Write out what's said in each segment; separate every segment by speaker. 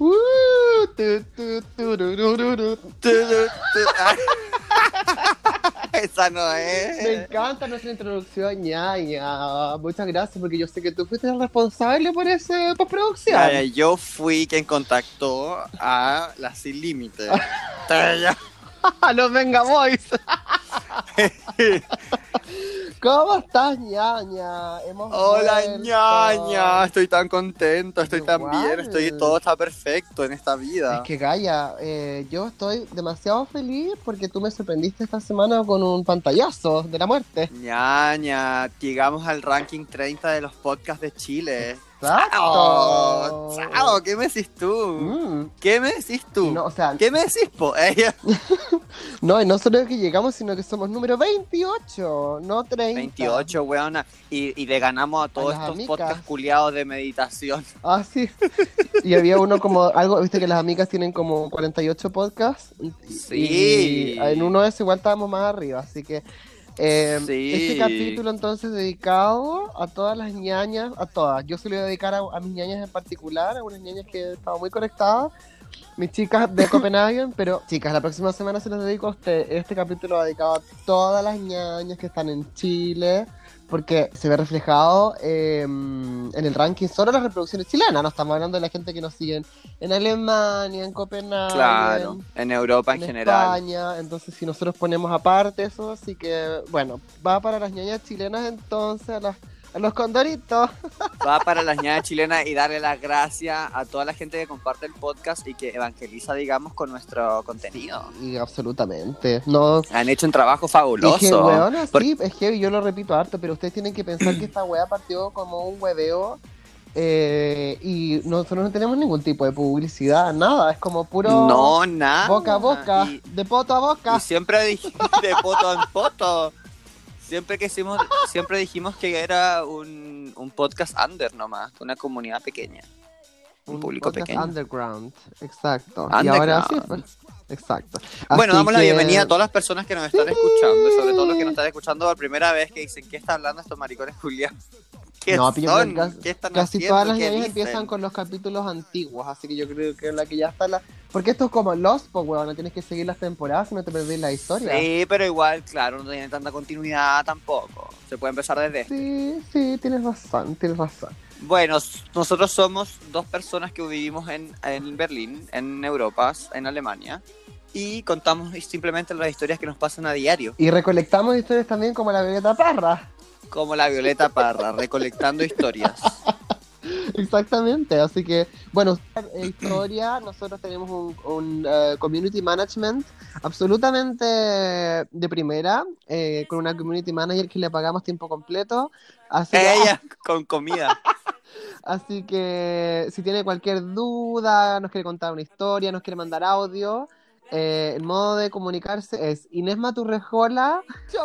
Speaker 1: Uh, tu, tu, tururururu.
Speaker 2: Ah. Esa no
Speaker 1: Me
Speaker 2: es.
Speaker 1: encanta nuestra introducción, ñaña. Muchas gracias, porque yo sé que tú fuiste el responsable por ese postproducción.
Speaker 2: Mira, yo fui quien contactó a la Sin Límite.
Speaker 1: Los Venga Boys. ¿Cómo estás, ñaña? Hemos
Speaker 2: Hola
Speaker 1: vuelto.
Speaker 2: ñaña, estoy tan contenta, estoy tan bien,
Speaker 1: Igual.
Speaker 2: estoy todo está perfecto en esta vida.
Speaker 1: Es que Gaya, eh, yo estoy demasiado feliz porque tú me sorprendiste esta semana con un pantallazo de la muerte.
Speaker 2: ñaña, llegamos al ranking 30 de los podcasts de Chile. ¡Chao!
Speaker 1: ¡Exacto!
Speaker 2: ¡Chao! ¿Qué me decís tú?
Speaker 1: Mm.
Speaker 2: ¿Qué me decís tú?
Speaker 1: No, o sea,
Speaker 2: ¿Qué me decís, po? Ella,
Speaker 1: no, y no solo que llegamos, sino que somos número 28, no 30.
Speaker 2: 28, weona. Y, y le ganamos a todos
Speaker 1: las
Speaker 2: estos
Speaker 1: amigas.
Speaker 2: podcasts culiados de meditación.
Speaker 1: Ah, sí. Y había uno como algo, viste que las amigas tienen como 48 podcasts. Y-
Speaker 2: Sí.
Speaker 1: Y en uno de esos igual estábamos más arriba, así que. eh,
Speaker 2: Sí.
Speaker 1: Este capítulo entonces dedicado a todas las ñañas, a todas. Yo se lo voy a dedicar a, a mis ñañas en particular, a unas ñañas que estaban muy conectadas, mis chicas de Copenhague, pero chicas, la próxima semana se los dedico a usted. Este capítulo va dedicado a todas las ñañas que están en Chile, porque se ve reflejado eh, en el ranking solo las reproducciones chilenas. No estamos hablando de la gente que nos siguen en Alemania, en Copenhague,
Speaker 2: Claro,
Speaker 1: en,
Speaker 2: en Europa en,
Speaker 1: en
Speaker 2: general.
Speaker 1: España. Entonces, si nosotros ponemos aparte eso, así que, bueno, va para las ñañas chilenas entonces, a, las- a los condoritos.
Speaker 2: Va para las ñadas chilenas y darle las gracias a toda la gente que comparte el podcast y que evangeliza, digamos, con nuestro contenido.
Speaker 1: Y absolutamente. No,
Speaker 2: Han hecho un trabajo
Speaker 1: Es que,
Speaker 2: fabuloso.
Speaker 1: weona,
Speaker 2: Por-
Speaker 1: sí, es que yo lo repito harto, pero ustedes tienen que pensar que esta weá partió como un hueveo eh, y nosotros no tenemos ningún tipo de publicidad, nada, es como puro
Speaker 2: no, nada.
Speaker 1: boca a boca,
Speaker 2: Y-
Speaker 1: de poto a boca.
Speaker 2: Y siempre dije de poto en poto. Siempre que hicimos, siempre dijimos que era un, un podcast under nomás, una comunidad pequeña. Un, público
Speaker 1: podcast
Speaker 2: pequeño.
Speaker 1: Underground, exacto. Y
Speaker 2: Underground.
Speaker 1: ahora sí, pues, exacto.
Speaker 2: Bueno,
Speaker 1: Así
Speaker 2: damos la
Speaker 1: que-
Speaker 2: bienvenida a todas las personas que nos están
Speaker 1: Sí.
Speaker 2: escuchando, sobre todo los que nos están escuchando por primera vez, que dicen, ¿qué está hablando estos maricones Julián? ¿Qué
Speaker 1: No, pero yo creo
Speaker 2: son?
Speaker 1: que casi-
Speaker 2: ¿Qué están
Speaker 1: Casi
Speaker 2: haciendo?
Speaker 1: todas las
Speaker 2: ¿Qué
Speaker 1: ñañas
Speaker 2: dicen?"
Speaker 1: empiezan con los capítulos antiguos, así que yo creo que la que ya está la... Porque esto es como Lost, pues, weón, tienes que seguir las temporadas si no te perdés la historia.
Speaker 2: Sí, pero igual, claro, no tienen tanta continuidad tampoco. Se puede empezar desde este.
Speaker 1: Sí, sí, tienes razón, tienes razón.
Speaker 2: Bueno, s- nosotros somos dos personas que vivimos en, en Berlín, en Europa, en Alemania, y contamos simplemente las historias que nos pasan a diario,
Speaker 1: Y recolectamos historias también como la Violeta Parra.
Speaker 2: como la Violeta Parra, recolectando historias.
Speaker 1: Exactamente, así que, bueno, eh, historia, nosotros tenemos un, un, eh, community management absolutamente de primera, eh, con una community manager que le pagamos tiempo completo. Así que,
Speaker 2: Ella con comida.
Speaker 1: así que si tiene cualquier duda, nos quiere contar una historia, nos quiere mandar audio, eh, el modo de comunicarse es Inés Maturrejola. Yo,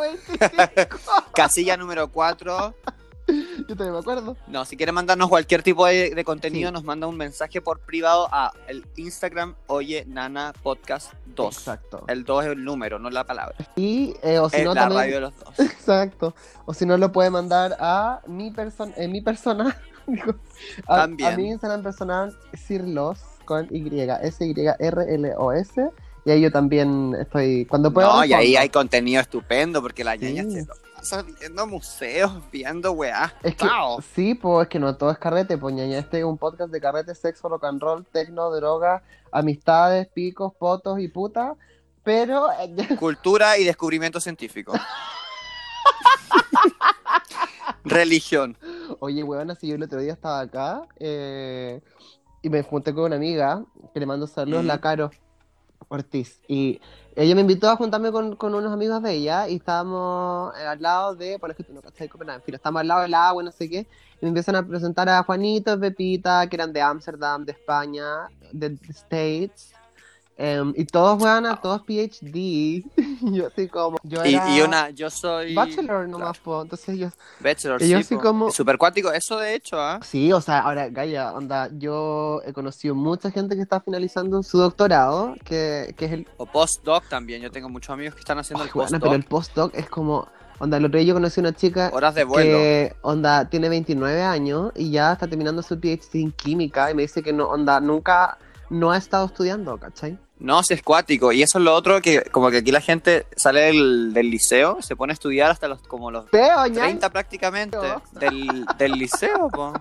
Speaker 2: Casilla número 4.
Speaker 1: yo todavía me acuerdo.
Speaker 2: No, si quiere mandarnos cualquier tipo de, de contenido,
Speaker 1: Sí.
Speaker 2: nos manda un mensaje por privado a el Instagram Oye Nana Podcast 2.
Speaker 1: Exacto.
Speaker 2: El 2 es el número, no la palabra.
Speaker 1: Y, eh, o si
Speaker 2: Es
Speaker 1: no,
Speaker 2: la
Speaker 1: también.
Speaker 2: radio de los dos.
Speaker 1: Exacto. O si no, lo puede mandar a mi, persona en mi persona. digo, a,
Speaker 2: También.
Speaker 1: a mi Instagram personal, Sirlos, con Y, S-Y-R-L-O-S. Y ahí yo también estoy. Cuando puedo.
Speaker 2: No, y ahí
Speaker 1: respondo.
Speaker 2: hay contenido estupendo porque la
Speaker 1: Sí.
Speaker 2: ñaña se lo pasa viendo museos, viendo weá.
Speaker 1: Es que,
Speaker 2: Chao.
Speaker 1: sí, pues es que no todo es carrete, pues ñaña. Este es un podcast de carrete, sexo, rock and roll, tecno, droga, amistades, picos, potos y puta. Pero eh,
Speaker 2: Cultura y descubrimiento científico. Religión.
Speaker 1: Oye, huevona, si yo el otro día estaba acá eh, y me junté con una amiga que le mando saludos,
Speaker 2: Mm.
Speaker 1: la Caro Ortiz. Y ella me invitó a juntarme con, con unos amigos de ella y estábamos eh, al lado de, por ejemplo, no cachai Copenhague, pero estábamos al lado del agua, no sé qué. Y me empiezan a presentar a Juanito, Pepita, que eran de Ámsterdam, de España, de, de States. em, y todos, huevona, todos PhD. Y yo así como. Yo
Speaker 2: Y,
Speaker 1: era
Speaker 2: y una, yo soy.
Speaker 1: Bachelor nomás, po, entonces yo
Speaker 2: Bachelor,
Speaker 1: Y yo
Speaker 2: sí,
Speaker 1: así
Speaker 2: po.
Speaker 1: como-
Speaker 2: Supercuático, eso de hecho, ¿ah?
Speaker 1: Sí, o sea, ahora, Gaya, onda, yo he conocido mucha gente que está finalizando su doctorado, que, que es el...
Speaker 2: O postdoc también. Yo tengo muchos amigos que están haciendo
Speaker 1: Ay,
Speaker 2: el
Speaker 1: bueno,
Speaker 2: postdoc.
Speaker 1: pero el postdoc es como, onda, el otro día yo conocí una chica
Speaker 2: Horas de vuelo.
Speaker 1: que, onda, tiene 29 años y ya está terminando su PhD en química y me dice que no, onda, nunca no ha estado estudiando, ¿cachai?
Speaker 2: No, si es cuático. Y eso es lo otro que como que aquí la gente sale del, del liceo, se pone a estudiar hasta los como los
Speaker 1: Teo, ñan.
Speaker 2: 30 prácticamente del, del liceo. po.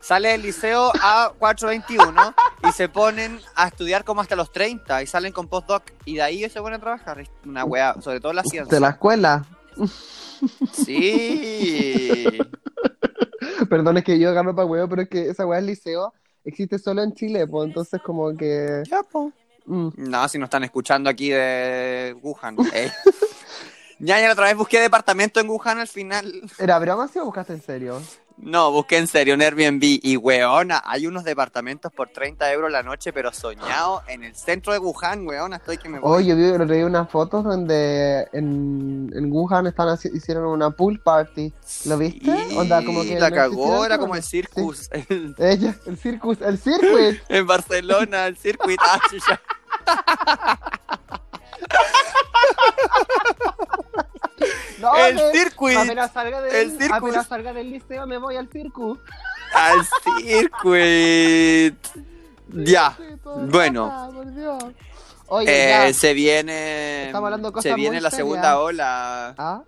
Speaker 2: Sale del liceo a 4.21 y se ponen a estudiar como hasta los 30 y salen con postdoc y de ahí ellos se ponen a trabajar. Es Una weá, sobre todo la ciencia.
Speaker 1: De la escuela.
Speaker 2: Sí.
Speaker 1: Perdón, es que yo agarro para huevo, pero es que esa weá del liceo existe solo en Chile, pues entonces como que...
Speaker 2: Ya, po.
Speaker 1: mm.
Speaker 2: No, si nos están escuchando aquí de Wuhan. eh. Ya, ya la otra vez busqué departamento en Wuhan al final.
Speaker 1: ¿Era broma si lo buscaste en serio?
Speaker 2: No, busqué en serio un Airbnb y weona, hay unos departamentos por 30 euros la noche, pero soñado en el centro de Wuhan, weona, estoy que me voy.
Speaker 1: Hoy yo vi el otro día unas fotos donde en, en Wuhan están haci- hicieron una pool party. ¿Lo viste?
Speaker 2: Y
Speaker 1: Onda, como que
Speaker 2: la
Speaker 1: no
Speaker 2: cagó,
Speaker 1: existía
Speaker 2: era
Speaker 1: eso.
Speaker 2: como el circus.
Speaker 1: Ella, el circus, el circuit.
Speaker 2: en Barcelona, el circuit. Ah, chucha.
Speaker 1: No,
Speaker 2: el
Speaker 1: me-
Speaker 2: circuit.
Speaker 1: Apenas salga, del,
Speaker 2: el circus.
Speaker 1: apenas salga del liceo me voy al circus.
Speaker 2: Al circuit. Ya.
Speaker 1: Sí, todo
Speaker 2: Bueno.
Speaker 1: pasa, por Dios. Oye, ya.
Speaker 2: Eh, se viene.
Speaker 1: Estamos hablando de
Speaker 2: Se
Speaker 1: cosas
Speaker 2: viene
Speaker 1: muy
Speaker 2: la
Speaker 1: serias.
Speaker 2: segunda ola.
Speaker 1: Ah,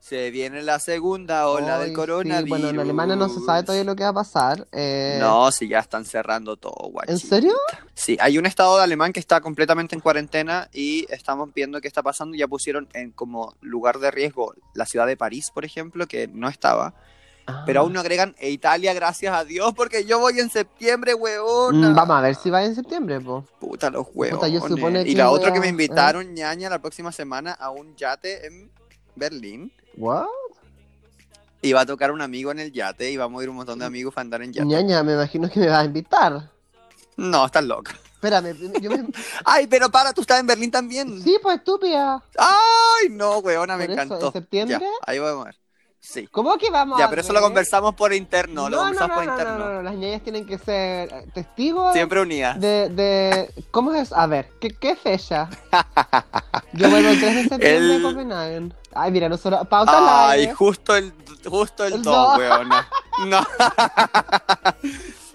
Speaker 2: Se viene la segunda ola
Speaker 1: hoy
Speaker 2: del
Speaker 1: sí.
Speaker 2: coronavirus.
Speaker 1: Bueno, en Alemania no se sabe todavía lo que va a pasar. eh,
Speaker 2: No, si ya están cerrando todo, guachi.
Speaker 1: ¿En serio?
Speaker 2: Sí, hay un estado de alemán que está completamente en cuarentena y estamos viendo qué está pasando. Ya pusieron en como lugar de riesgo la ciudad de París, por ejemplo, que no estaba. Pero
Speaker 1: Ah.
Speaker 2: aún no agregan e Italia, gracias a Dios, porque yo voy en septiembre, weona.
Speaker 1: Mm, Vamos a ver si va en septiembre, po.
Speaker 2: Puta, los huevos.
Speaker 1: Puta, yo supone
Speaker 2: y
Speaker 1: que ¿eh?
Speaker 2: la
Speaker 1: voy
Speaker 2: otra que
Speaker 1: a-
Speaker 2: me invitaron, ñaña, la próxima semana a un yate en Berlín.
Speaker 1: ¿What?
Speaker 2: Y va a tocar un amigo en el yate y vamos a ir un
Speaker 1: Mm.
Speaker 2: montón de amigos para andar en yate.
Speaker 1: Ñaña, me imagino que me vas a invitar.
Speaker 2: No, estás loca.
Speaker 1: Espérame, yo me...
Speaker 2: Ay, pero para, tú estás en Berlín también.
Speaker 1: Sí, pues estúpida.
Speaker 2: Ay, no, weona, me
Speaker 1: Por eso, ¿en
Speaker 2: encantó.
Speaker 1: septiembre?
Speaker 2: Ya, ahí vamos a ver. Sí.
Speaker 1: ¿Cómo que vamos
Speaker 2: Ya,
Speaker 1: a
Speaker 2: pero eso lo
Speaker 1: ver?
Speaker 2: conversamos por interno, lo
Speaker 1: no, no, no,
Speaker 2: conversamos por
Speaker 1: no,
Speaker 2: interno.
Speaker 1: no, no, las ñañas tienen que ser eh, testigos
Speaker 2: Siempre unidas.
Speaker 1: de, de... ¿Cómo es? A ver, ¿qué, qué fecha? Yo vuelvo el 3 de septiembre
Speaker 2: El-
Speaker 1: a Copenhagen. Ay, mira, nosotros... Pauta la
Speaker 2: Ay, justo el justo el
Speaker 1: El
Speaker 2: 2,
Speaker 1: dos.
Speaker 2: weona. No.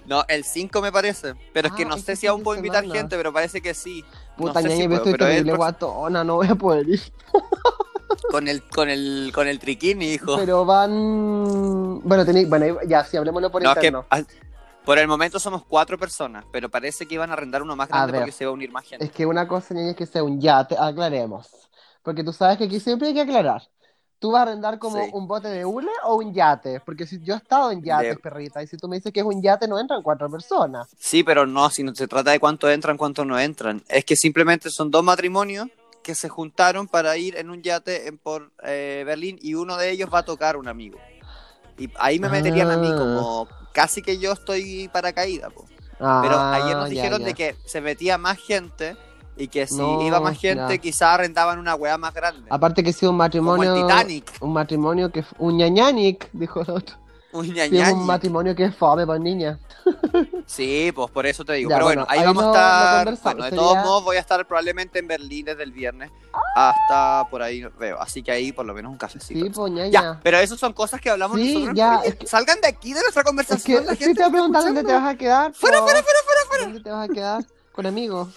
Speaker 2: No, el 5 me parece. Pero es que
Speaker 1: Ah,
Speaker 2: no
Speaker 1: es
Speaker 2: sé
Speaker 1: que
Speaker 2: si aún
Speaker 1: fin de
Speaker 2: puedo invitar
Speaker 1: semana.
Speaker 2: gente, pero parece que sí.
Speaker 1: Puta
Speaker 2: no sé
Speaker 1: ñaña,
Speaker 2: si
Speaker 1: yo
Speaker 2: puedo,
Speaker 1: estoy
Speaker 2: pero es el
Speaker 1: terrible
Speaker 2: prox-
Speaker 1: guatona, no voy a poder ir.
Speaker 2: con el con el con el triquini, hijo.
Speaker 1: Pero van... Bueno, tení... bueno ya, sí, hablemoslo por
Speaker 2: No, es que,
Speaker 1: interno.
Speaker 2: ah, por el momento somos cuatro personas, pero parece que iban a arrendar uno más
Speaker 1: A
Speaker 2: grande
Speaker 1: ver.
Speaker 2: porque se va a unir más gente.
Speaker 1: Es que una cosa, niña, es que sea un yate, aclaremos. Porque tú sabes que aquí siempre hay que aclarar. ¿Tú vas a arrendar como
Speaker 2: Sí.
Speaker 1: un bote de hule o un yate? Porque si yo he estado en yates,
Speaker 2: De-
Speaker 1: perrita, y si tú me dices que es un yate, no entran cuatro personas.
Speaker 2: Sí, pero no, si no se trata de cuánto entran, cuánto no entran. Es que simplemente son dos matrimonios que se juntaron para ir en un yate en- por eh, Berlín y uno de ellos va a tocar un amigo. Y ahí me meterían a mí
Speaker 1: Ah.
Speaker 2: como casi que yo estoy paracaída. po. Pero
Speaker 1: Ah,
Speaker 2: ayer nos dijeron de que se metía más gente y que si
Speaker 1: No,
Speaker 2: iba más gente
Speaker 1: ya.
Speaker 2: quizá arrendaban una weá más grande.
Speaker 1: Aparte que si un
Speaker 2: como el
Speaker 1: matrimonio...
Speaker 2: Titanic,
Speaker 1: Un matrimonio que... Un ñañanic, dijo el otro.
Speaker 2: un
Speaker 1: Sí, es un
Speaker 2: ñañañi.
Speaker 1: matrimonio que es fome para niña.
Speaker 2: Sí, pues por eso te digo.
Speaker 1: Ya,
Speaker 2: Pero bueno,
Speaker 1: bueno,
Speaker 2: ahí,
Speaker 1: ahí
Speaker 2: vamos a
Speaker 1: lo- lo
Speaker 2: estar.
Speaker 1: conversamos.
Speaker 2: bueno, de
Speaker 1: Sería-
Speaker 2: todos modos voy a estar probablemente en Berlín desde el viernes hasta por ahí veo. Así que ahí por lo menos un cafecito.
Speaker 1: Sí, pues ñaña.
Speaker 2: ya, pero eso son cosas que hablamos
Speaker 1: Sí,
Speaker 2: nosotros.
Speaker 1: ya,
Speaker 2: Oye,
Speaker 1: es que-
Speaker 2: Salgan de aquí de nuestra
Speaker 1: Es que
Speaker 2: conversación. la
Speaker 1: sí te
Speaker 2: gente
Speaker 1: voy a
Speaker 2: está
Speaker 1: preguntar dónde te
Speaker 2: escuchando.
Speaker 1: vas a quedar.
Speaker 2: Fuera,
Speaker 1: po.
Speaker 2: fuera, fuera,
Speaker 1: ¿Dónde te vas a quedar? Con amigos.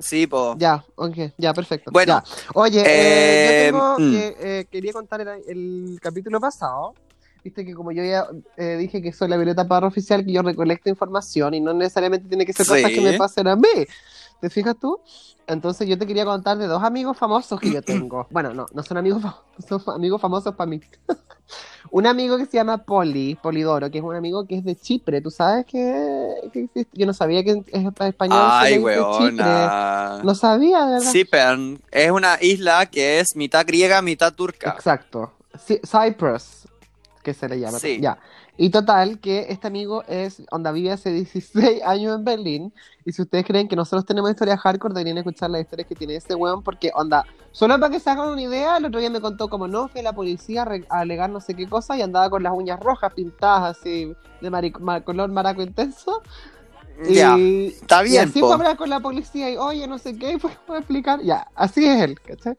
Speaker 2: Sí, pues.
Speaker 1: Ya, ok, ya, perfecto.
Speaker 2: Bueno,
Speaker 1: ya. oye, eh,
Speaker 2: eh,
Speaker 1: yo tengo
Speaker 2: mm.
Speaker 1: que, eh, quería contar el, el capítulo pasado. Viste que como yo ya eh, dije que soy la Violeta Parra oficial, que yo recolecto información y no necesariamente tiene que ser cosas
Speaker 2: Sí.
Speaker 1: que me pasen a mí. ¿Te fijas tú? Entonces yo te quería contar de dos amigos famosos que yo tengo. bueno, no, no son amigos famosos, son fa- amigos famosos para mí. un amigo que se llama Poli, Polidoro, que es un amigo que es de Chipre. ¿Tú sabes que, que existe? Yo no sabía que en- en español
Speaker 2: Ay,
Speaker 1: se le dice Chipre.
Speaker 2: weona.
Speaker 1: No sabía, de verdad.
Speaker 2: Cypern es una isla que es mitad griega, mitad turca.
Speaker 1: Exacto. Cy- Cyprus, que se le llama.
Speaker 2: Sí.
Speaker 1: Ya. Y total, que este amigo es, onda, vive hace 16 años en Berlín. Y si ustedes creen que nosotros tenemos historias hardcore, deberían escuchar las historias que tiene este weón, porque, onda, solo para que se hagan una idea, el otro día me contó como no, fue la policía a re- a alegar no sé qué cosa y andaba con las uñas rojas pintadas así, de maric- ma- color maraco intenso. Y,
Speaker 2: Ya, está
Speaker 1: y
Speaker 2: bien,
Speaker 1: así fue a
Speaker 2: po.
Speaker 1: hablar con la policía y, oye, no sé qué, y fue a explicar. Ya, así es él, ¿cachai?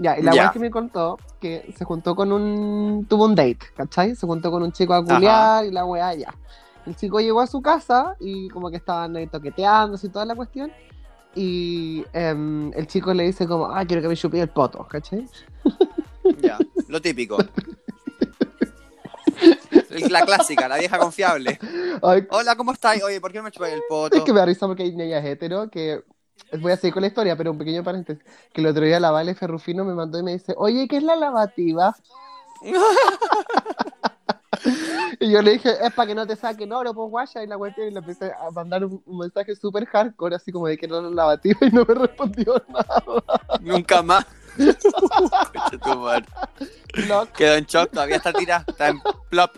Speaker 1: Ya, y la
Speaker 2: Ya.
Speaker 1: weá que me contó que se juntó con un. tuvo un date, ¿cachai? Se juntó con un chico a culiar y la weá, ya. el chico llegó a su casa y como que estaban ahí toqueteándose y toda la cuestión. Y em, el chico le dice como, ah, quiero que me chupí el poto, ¿cachai?
Speaker 2: Ya, lo típico. La clásica, la vieja confiable.
Speaker 1: Ay,
Speaker 2: Hola, ¿cómo estáis? Oye, ¿por qué no me chupáis el
Speaker 1: Es
Speaker 2: poto?
Speaker 1: que me da risa porque hay niñas hetero que. Voy a seguir con la historia, pero un pequeño paréntesis. Que el otro día la Vale Ferrufino me mandó y me dice, oye, ¿qué es la lavativa? y yo le dije, es para que no te saquen oro, pues guaya. Y la cuestión, y le empecé a mandar un, un mensaje súper hardcore, así como de que era la lavativa, y no me respondió nada.
Speaker 2: Nunca más. Concha tu madre.
Speaker 1: Block,
Speaker 2: Quedó en shock, todavía está tirada. Está en plop,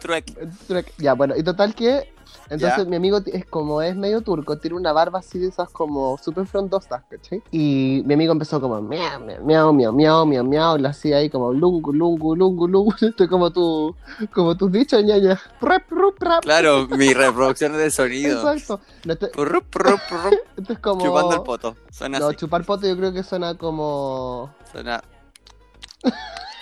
Speaker 2: truec.
Speaker 1: truec. Ya, bueno, y total que. Entonces
Speaker 2: Ya.
Speaker 1: mi amigo t- es como es medio turco, tiene una barba así de esas como súper frondosas, ¿cachai? Y mi amigo empezó como miau, miau, miau, miau, miau, miau, miau, y lo hacía ahí como lungu, lungu, lungu, lungu, estoy como tú, como tus dichos, ñaña, rap, rup, rap,
Speaker 2: Claro, mi reproducción de sonido.
Speaker 1: exacto. No, esto,
Speaker 2: Rup, rup, rup,
Speaker 1: esto es como...
Speaker 2: chupando el poto. Suena
Speaker 1: No,
Speaker 2: así.
Speaker 1: chupar poto yo creo que suena como...
Speaker 2: Suena.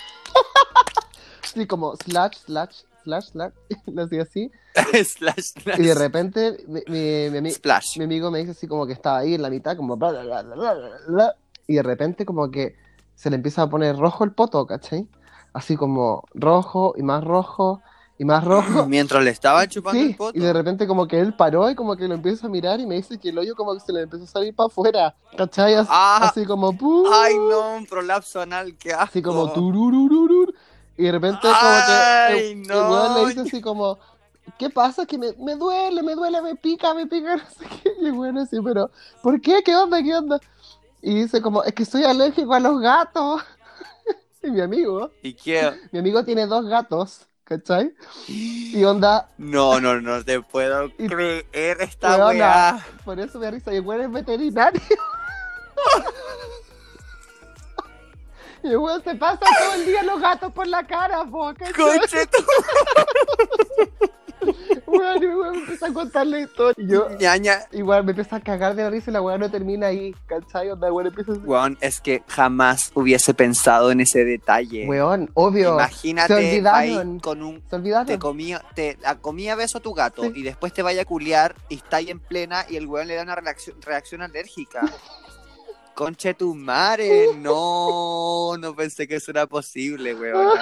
Speaker 1: Sí, como slash, slash, slash, slash, lo hacía así.
Speaker 2: Slash,
Speaker 1: Y de
Speaker 2: slash.
Speaker 1: repente mi, mi, mi ami-
Speaker 2: Splash.
Speaker 1: mi amigo me dice así como que estaba ahí en la mitad, como bla, bla, bla, bla, bla, bla, bla, y de repente como que se le empieza a poner rojo el poto, ¿cachai? Así como rojo y más rojo y más rojo.
Speaker 2: Mientras le estaba chupando
Speaker 1: Sí,
Speaker 2: el poto.
Speaker 1: y de repente como que él paró y como que lo empieza a mirar y me dice que el hoyo como que se le empezó a salir para afuera, ¿cachai? Así,
Speaker 2: Ah.
Speaker 1: así como ¡puu!
Speaker 2: Ay, no, un prolapso anal, qué asco.
Speaker 1: así como tururururur. Y de repente como que
Speaker 2: Ay,
Speaker 1: el, el
Speaker 2: no.
Speaker 1: weón le dice así como, ¿qué pasa? Que me, me duele, me duele, me pica, me pica, no sé qué. Y bueno, así, pero, ¿por qué? ¿Qué onda? ¿Qué onda? Y dice como, es que soy alérgico a los gatos. Y mi amigo,
Speaker 2: ¿Y qué?
Speaker 1: mi amigo tiene dos gatos, ¿cachai? Y onda,
Speaker 2: No, no, no te puedo
Speaker 1: Y-
Speaker 2: creer esta
Speaker 1: Weona.
Speaker 2: weá.
Speaker 1: por eso me da risa, y el weón es veterinario. Y el weón se pasa todo el día los gatos por la cara, po, ¿cachai?
Speaker 2: Conche tu
Speaker 1: Weón, y weón me empieza a contar la historia. Y yo,
Speaker 2: ñaña.
Speaker 1: igual me empieza a cagar de risa y la weá no termina ahí, ¿cachai? Onda, weón empieza a decir,
Speaker 2: Weón, es que jamás hubiese pensado en ese detalle.
Speaker 1: Weón, obvio. se
Speaker 2: Imagínate
Speaker 1: olvidaron.
Speaker 2: ahí con un
Speaker 1: Se olvidaron.
Speaker 2: te comía, te la comía beso a tu gato
Speaker 1: Sí.
Speaker 2: y después te vaya a culiar y está ahí en plena y el weón le da una reacción, reacción alérgica. Conche tu madre, no, no pensé que eso era posible, weón.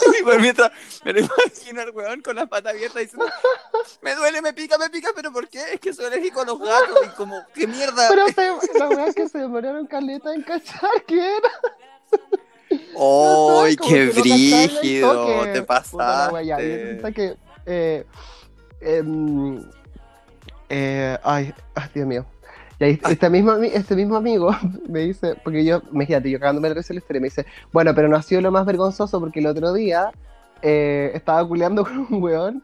Speaker 2: Sí, pues, mientras me lo imagino al weón con las patas abiertas diciendo, me duele, me pica, me pica, pero ¿por qué? Es que soy alérgico a los gatos y como, ¿qué mierda?
Speaker 1: Pero se, la weá que se demoraron caleta en cachar que era. Como que
Speaker 2: ¡Ay, qué
Speaker 1: no cacharon el
Speaker 2: brígido!
Speaker 1: toque.
Speaker 2: Te
Speaker 1: Puta la weá, ya, y
Speaker 2: pasaste.
Speaker 1: resulta que. eh, em, eh, ay, ay, Dios mío. Y ahí, este, mismo, ami- este mismo amigo me dice, porque yo, imagínate, yo cagándome de risa la historia, me dice, bueno, pero no ha sido lo más vergonzoso porque el otro día eh, estaba culeando con un weón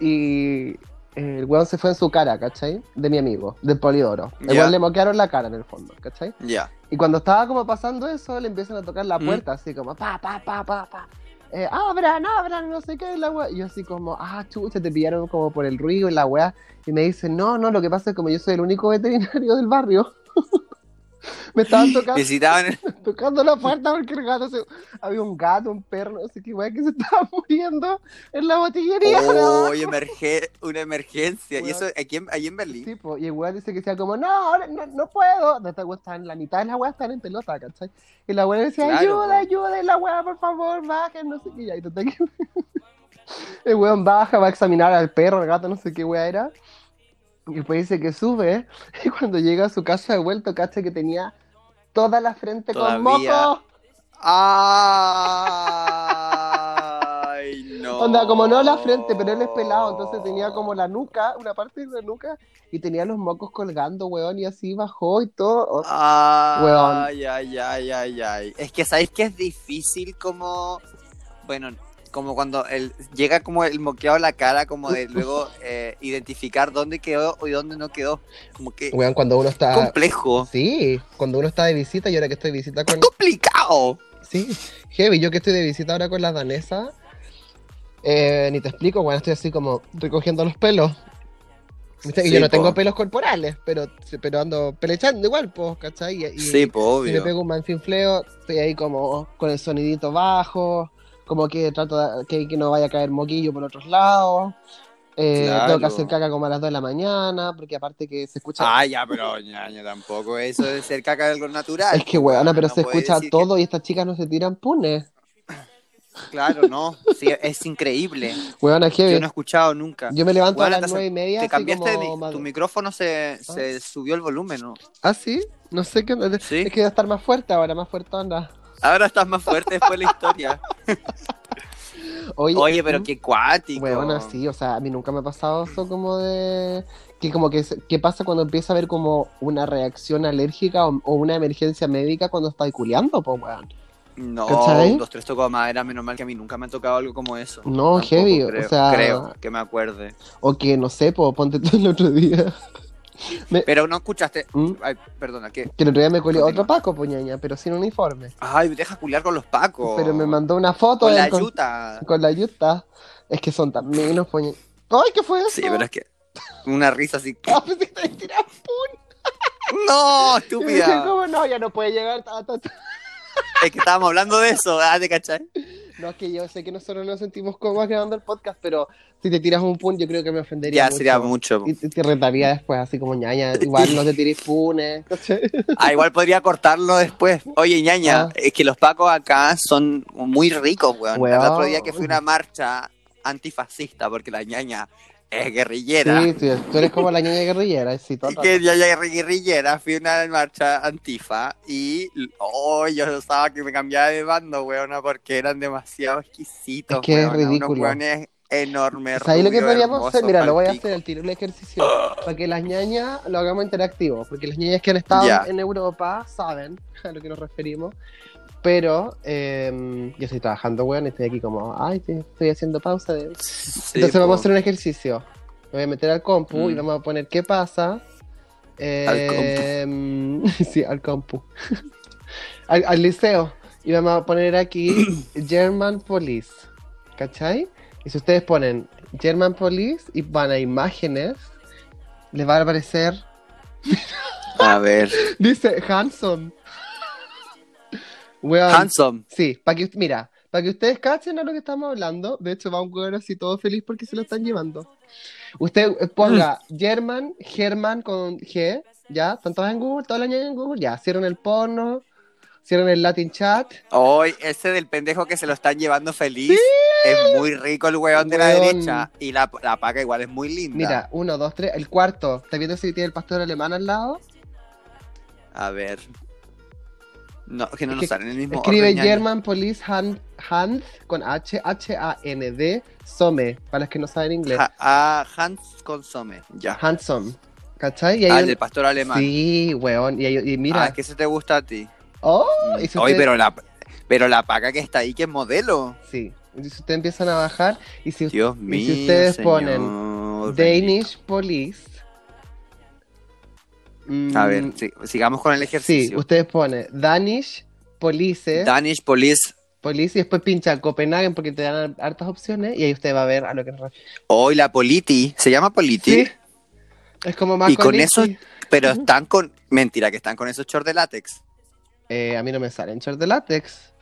Speaker 1: y eh, el weón se fue en su cara, ¿cachai? De mi amigo, del Polidoro. El
Speaker 2: Ya.
Speaker 1: weón le moquearon la cara en el fondo, ¿cachai?
Speaker 2: Ya.
Speaker 1: Y cuando estaba como pasando eso, le empiezan a tocar la
Speaker 2: ¿Mm?
Speaker 1: puerta, así como pa, pa, pa, pa, pa. Eh, abran, abran, no sé qué, la wea. Y yo así como, ah, chucha, te pillaron como por el ruido y la wea. Y me dicen, no, no, lo que pasa es que como yo soy el único veterinario del barrio. me estaban tocando,
Speaker 2: Necesitaban
Speaker 1: tocando la puerta porque el gato se... Había un gato, un perro, no sé qué wea, que se estaba muriendo en la botillería. de abajo.
Speaker 2: Oh, emerge- una emergencia. Y
Speaker 1: Weón.
Speaker 2: eso aquí en, ahí en Berlín.
Speaker 1: Sí, po, y el weón dice que sea como, no, ahora no, no puedo. No, esta weá está en la mitad de la weá están en pelota, ¿cachai? Y la weá decía,
Speaker 2: Claro,
Speaker 1: ayuda,
Speaker 2: weón.
Speaker 1: ayuda, y la weá, por favor, bajen, no sé qué. Y ahí total que- el weón baja, va a examinar al perro, al gato, no sé qué weá era. Y después dice que sube, y cuando llega a su casa de vuelta, cacha que tenía toda la frente
Speaker 2: Todavía.
Speaker 1: con moco.
Speaker 2: Ay, no.
Speaker 1: Onda, como no la frente, pero él es pelado, entonces tenía como la nuca, una parte de la nuca, y tenía los mocos colgando, weón, y así bajó y todo. Oh, Weón.
Speaker 2: Ay, ay, ay, ay, ay. Es que sabéis que es difícil como. Bueno, como cuando el, llega como el moqueado a la cara, como de luego eh, identificar dónde quedó y dónde no quedó. Como que
Speaker 1: Weón, cuando uno está.
Speaker 2: complejo.
Speaker 1: Sí, cuando uno está de visita y ahora que estoy de visita con.
Speaker 2: Complicado.
Speaker 1: Sí, heavy, yo que estoy de visita ahora con las danesas. eh, ni te explico, bueno, estoy así como recogiendo los pelos. Viste que
Speaker 2: Sí,
Speaker 1: yo no
Speaker 2: po.
Speaker 1: tengo pelos corporales, pero, pero ando pelechando igual, pues, ¿cachai? Y, y
Speaker 2: Sí, pues,
Speaker 1: si me
Speaker 2: obvio.
Speaker 1: pego un manfinfleo, estoy ahí como con el sonidito bajo, como que trato de, que, que no vaya a caer moquillo por otros lados. Eh,
Speaker 2: Claro.
Speaker 1: Tengo que hacer caca como a las 2 de la mañana, porque aparte que se escucha...
Speaker 2: Ah, ya, pero ñaño, tampoco eso de ser caca de algo natural.
Speaker 1: es que, weona, pero
Speaker 2: No
Speaker 1: se
Speaker 2: puede
Speaker 1: escucha
Speaker 2: decir que-
Speaker 1: todo y estas chicas no se tiran punes.
Speaker 2: Claro, no. Sí, es increíble.
Speaker 1: Weona, heavy.
Speaker 2: Yo
Speaker 1: Yo,
Speaker 2: no he escuchado nunca.
Speaker 1: me levanto
Speaker 2: Weona,
Speaker 1: a las
Speaker 2: te-
Speaker 1: 9 y media.
Speaker 2: Te
Speaker 1: así
Speaker 2: cambiaste de
Speaker 1: como Ah.
Speaker 2: mi-
Speaker 1: mad-
Speaker 2: tu micrófono, se, se subió el volumen, ¿no?
Speaker 1: Ah, sí. No sé qué onda.
Speaker 2: Sí.
Speaker 1: Es que debe estar más fuerte ahora, más fuerte onda.
Speaker 2: Ahora estás más fuerte después de la historia.
Speaker 1: Oye,
Speaker 2: Oye, pero
Speaker 1: mm,
Speaker 2: qué cuático.
Speaker 1: Bueno, sí, o sea, a mí nunca me ha pasado eso como de... Que como que, se- ¿qué pasa cuando empieza a haber como una reacción alérgica o, o una emergencia médica cuando estás culiando, pues, weón?
Speaker 2: No,
Speaker 1: ¿Cachai?
Speaker 2: un dos, tres tocó madera, menos mal que a mí nunca me ha tocado algo como eso.
Speaker 1: No, heavy, o
Speaker 2: creo,
Speaker 1: sea-
Speaker 2: Creo que me acuerde.
Speaker 1: O que, no sé, pues, ponte tú el otro día.
Speaker 2: Pero no escuchaste.
Speaker 1: ¿Mm?
Speaker 2: Ay, perdona, que.
Speaker 1: Que el otro día me culió
Speaker 2: Continúa.
Speaker 1: otro Paco, puñaña, pero sin uniforme.
Speaker 2: Ay, deja culiar con los pacos.
Speaker 1: Pero me mandó una foto
Speaker 2: Con la
Speaker 1: del con,
Speaker 2: yuta.
Speaker 1: con la yuta. Es que son tan menos, puñaña. ¡Ay, qué fue eso!
Speaker 2: Sí, pero es que. Una risa así.
Speaker 1: Ah, pensé que te habías tirado. Y
Speaker 2: ¡No,
Speaker 1: me dije,
Speaker 2: estúpida!
Speaker 1: ¿cómo no? Ya no puede llegar. ta, ta, ta.
Speaker 2: Es que estábamos hablando de eso, ah, ¿te cachai?
Speaker 1: No, es que yo sé que nosotros nos sentimos cómodos grabando el podcast, pero si te tiras un pun, yo creo que me ofendería.
Speaker 2: Ya
Speaker 1: mucho.
Speaker 2: sería mucho.
Speaker 1: Y te, te retaría después, así como ñaña. Igual no te tires punes. ¿cachai?
Speaker 2: Ah, igual podría cortarlo después. Oye, ñaña,
Speaker 1: Ah.
Speaker 2: es que los pacos acá son muy ricos, weón.
Speaker 1: Weón.
Speaker 2: El otro día que fui a una marcha antifascista, porque la ñaña es guerrillera.
Speaker 1: Sí, sí, tú eres como la ñaña guerrillera. Sí, todo,
Speaker 2: Y que yo llegué guerrillera, fui a una marcha antifa y oh, yo estaba que me cambiaba de bando, weona, porque eran demasiado exquisitos.
Speaker 1: Es que es
Speaker 2: weona, unos
Speaker 1: ridículo.
Speaker 2: weones enormes.
Speaker 1: ¿Sabes lo que
Speaker 2: rubios,
Speaker 1: podríamos
Speaker 2: hermosos,
Speaker 1: hacer? Mira, lo voy a
Speaker 2: palpico.
Speaker 1: hacer al tiro el ejercicio. Para que las ñañas lo hagamos interactivo. Porque las ñañas que han estado
Speaker 2: Ya.
Speaker 1: en Europa saben a lo que nos referimos. Pero eh, yo estoy trabajando, weón, y estoy aquí como, ay, sí, estoy haciendo pausa. De...
Speaker 2: Sí,
Speaker 1: Entonces vamos a
Speaker 2: po.
Speaker 1: hacer un ejercicio. Me voy a meter al compu y
Speaker 2: Mm.
Speaker 1: vamos a poner qué pasa. Eh, sí, al compu. al, al liceo. Y vamos a poner aquí German Police. ¿Cachai? Y si ustedes ponen German Police y van a imágenes, les va a aparecer.
Speaker 2: A ver.
Speaker 1: Dice Hanson. Weón.
Speaker 2: Handsome.
Speaker 1: Sí, para que usted- mira, para que ustedes cachen a lo que estamos hablando. De hecho, va un weón así todo feliz porque se lo están llevando. Usted eh, ponga German, German con G, ya, están todas en Google, todas las ñañas en Google, ya, cierran el porno, cierran el Latin chat.
Speaker 2: Hoy, ese del pendejo que se lo están llevando feliz. Es muy rico el weón de la
Speaker 1: Weón.
Speaker 2: derecha. Y la, la paca igual es muy linda.
Speaker 1: Mira, uno, dos, tres, el cuarto, ¿estás viendo si tiene el pastor alemán al lado?
Speaker 2: A ver. No, que no
Speaker 1: Es
Speaker 2: nos
Speaker 1: que
Speaker 2: salen el mismo.
Speaker 1: Escribe
Speaker 2: orden, ñaña.
Speaker 1: German Police Hand, Hand con H, H-A-N-D, Some, para los que no saben inglés.
Speaker 2: Ja- ah, Hans Consome. Ya.
Speaker 1: Handsome, ¿cachai? Y ahí
Speaker 2: ah, el
Speaker 1: un-
Speaker 2: del pastor alemán.
Speaker 1: Sí, weón, y, ahí- y mira.
Speaker 2: Ah, que ese te gusta a ti.
Speaker 1: ¡Oh!
Speaker 2: Mm.
Speaker 1: y si
Speaker 2: Oy,
Speaker 1: ustedes-
Speaker 2: pero la, pero la paca que está ahí, que es modelo.
Speaker 1: Sí. Y si ustedes empiezan a bajar y si
Speaker 2: Dios mío.
Speaker 1: ustedes
Speaker 2: ponen
Speaker 1: Danish Police. Mm,
Speaker 2: A ver, sí, sigamos con el
Speaker 1: Sí,
Speaker 2: ejercicio.
Speaker 1: ustedes ponen Danish Police,
Speaker 2: Danish Police.
Speaker 1: Police y después pincha Copenhagen porque te dan hartas opciones y ahí usted va a ver a lo que nos refiere.
Speaker 2: Hoy la Politi. ¿Se llama Politi?
Speaker 1: Sí. Es como más
Speaker 2: Y con
Speaker 1: Nicky.
Speaker 2: eso- Pero están con. Mentira, que están con esos shorts de látex.
Speaker 1: Eh, a mí no me salen shorts de látex.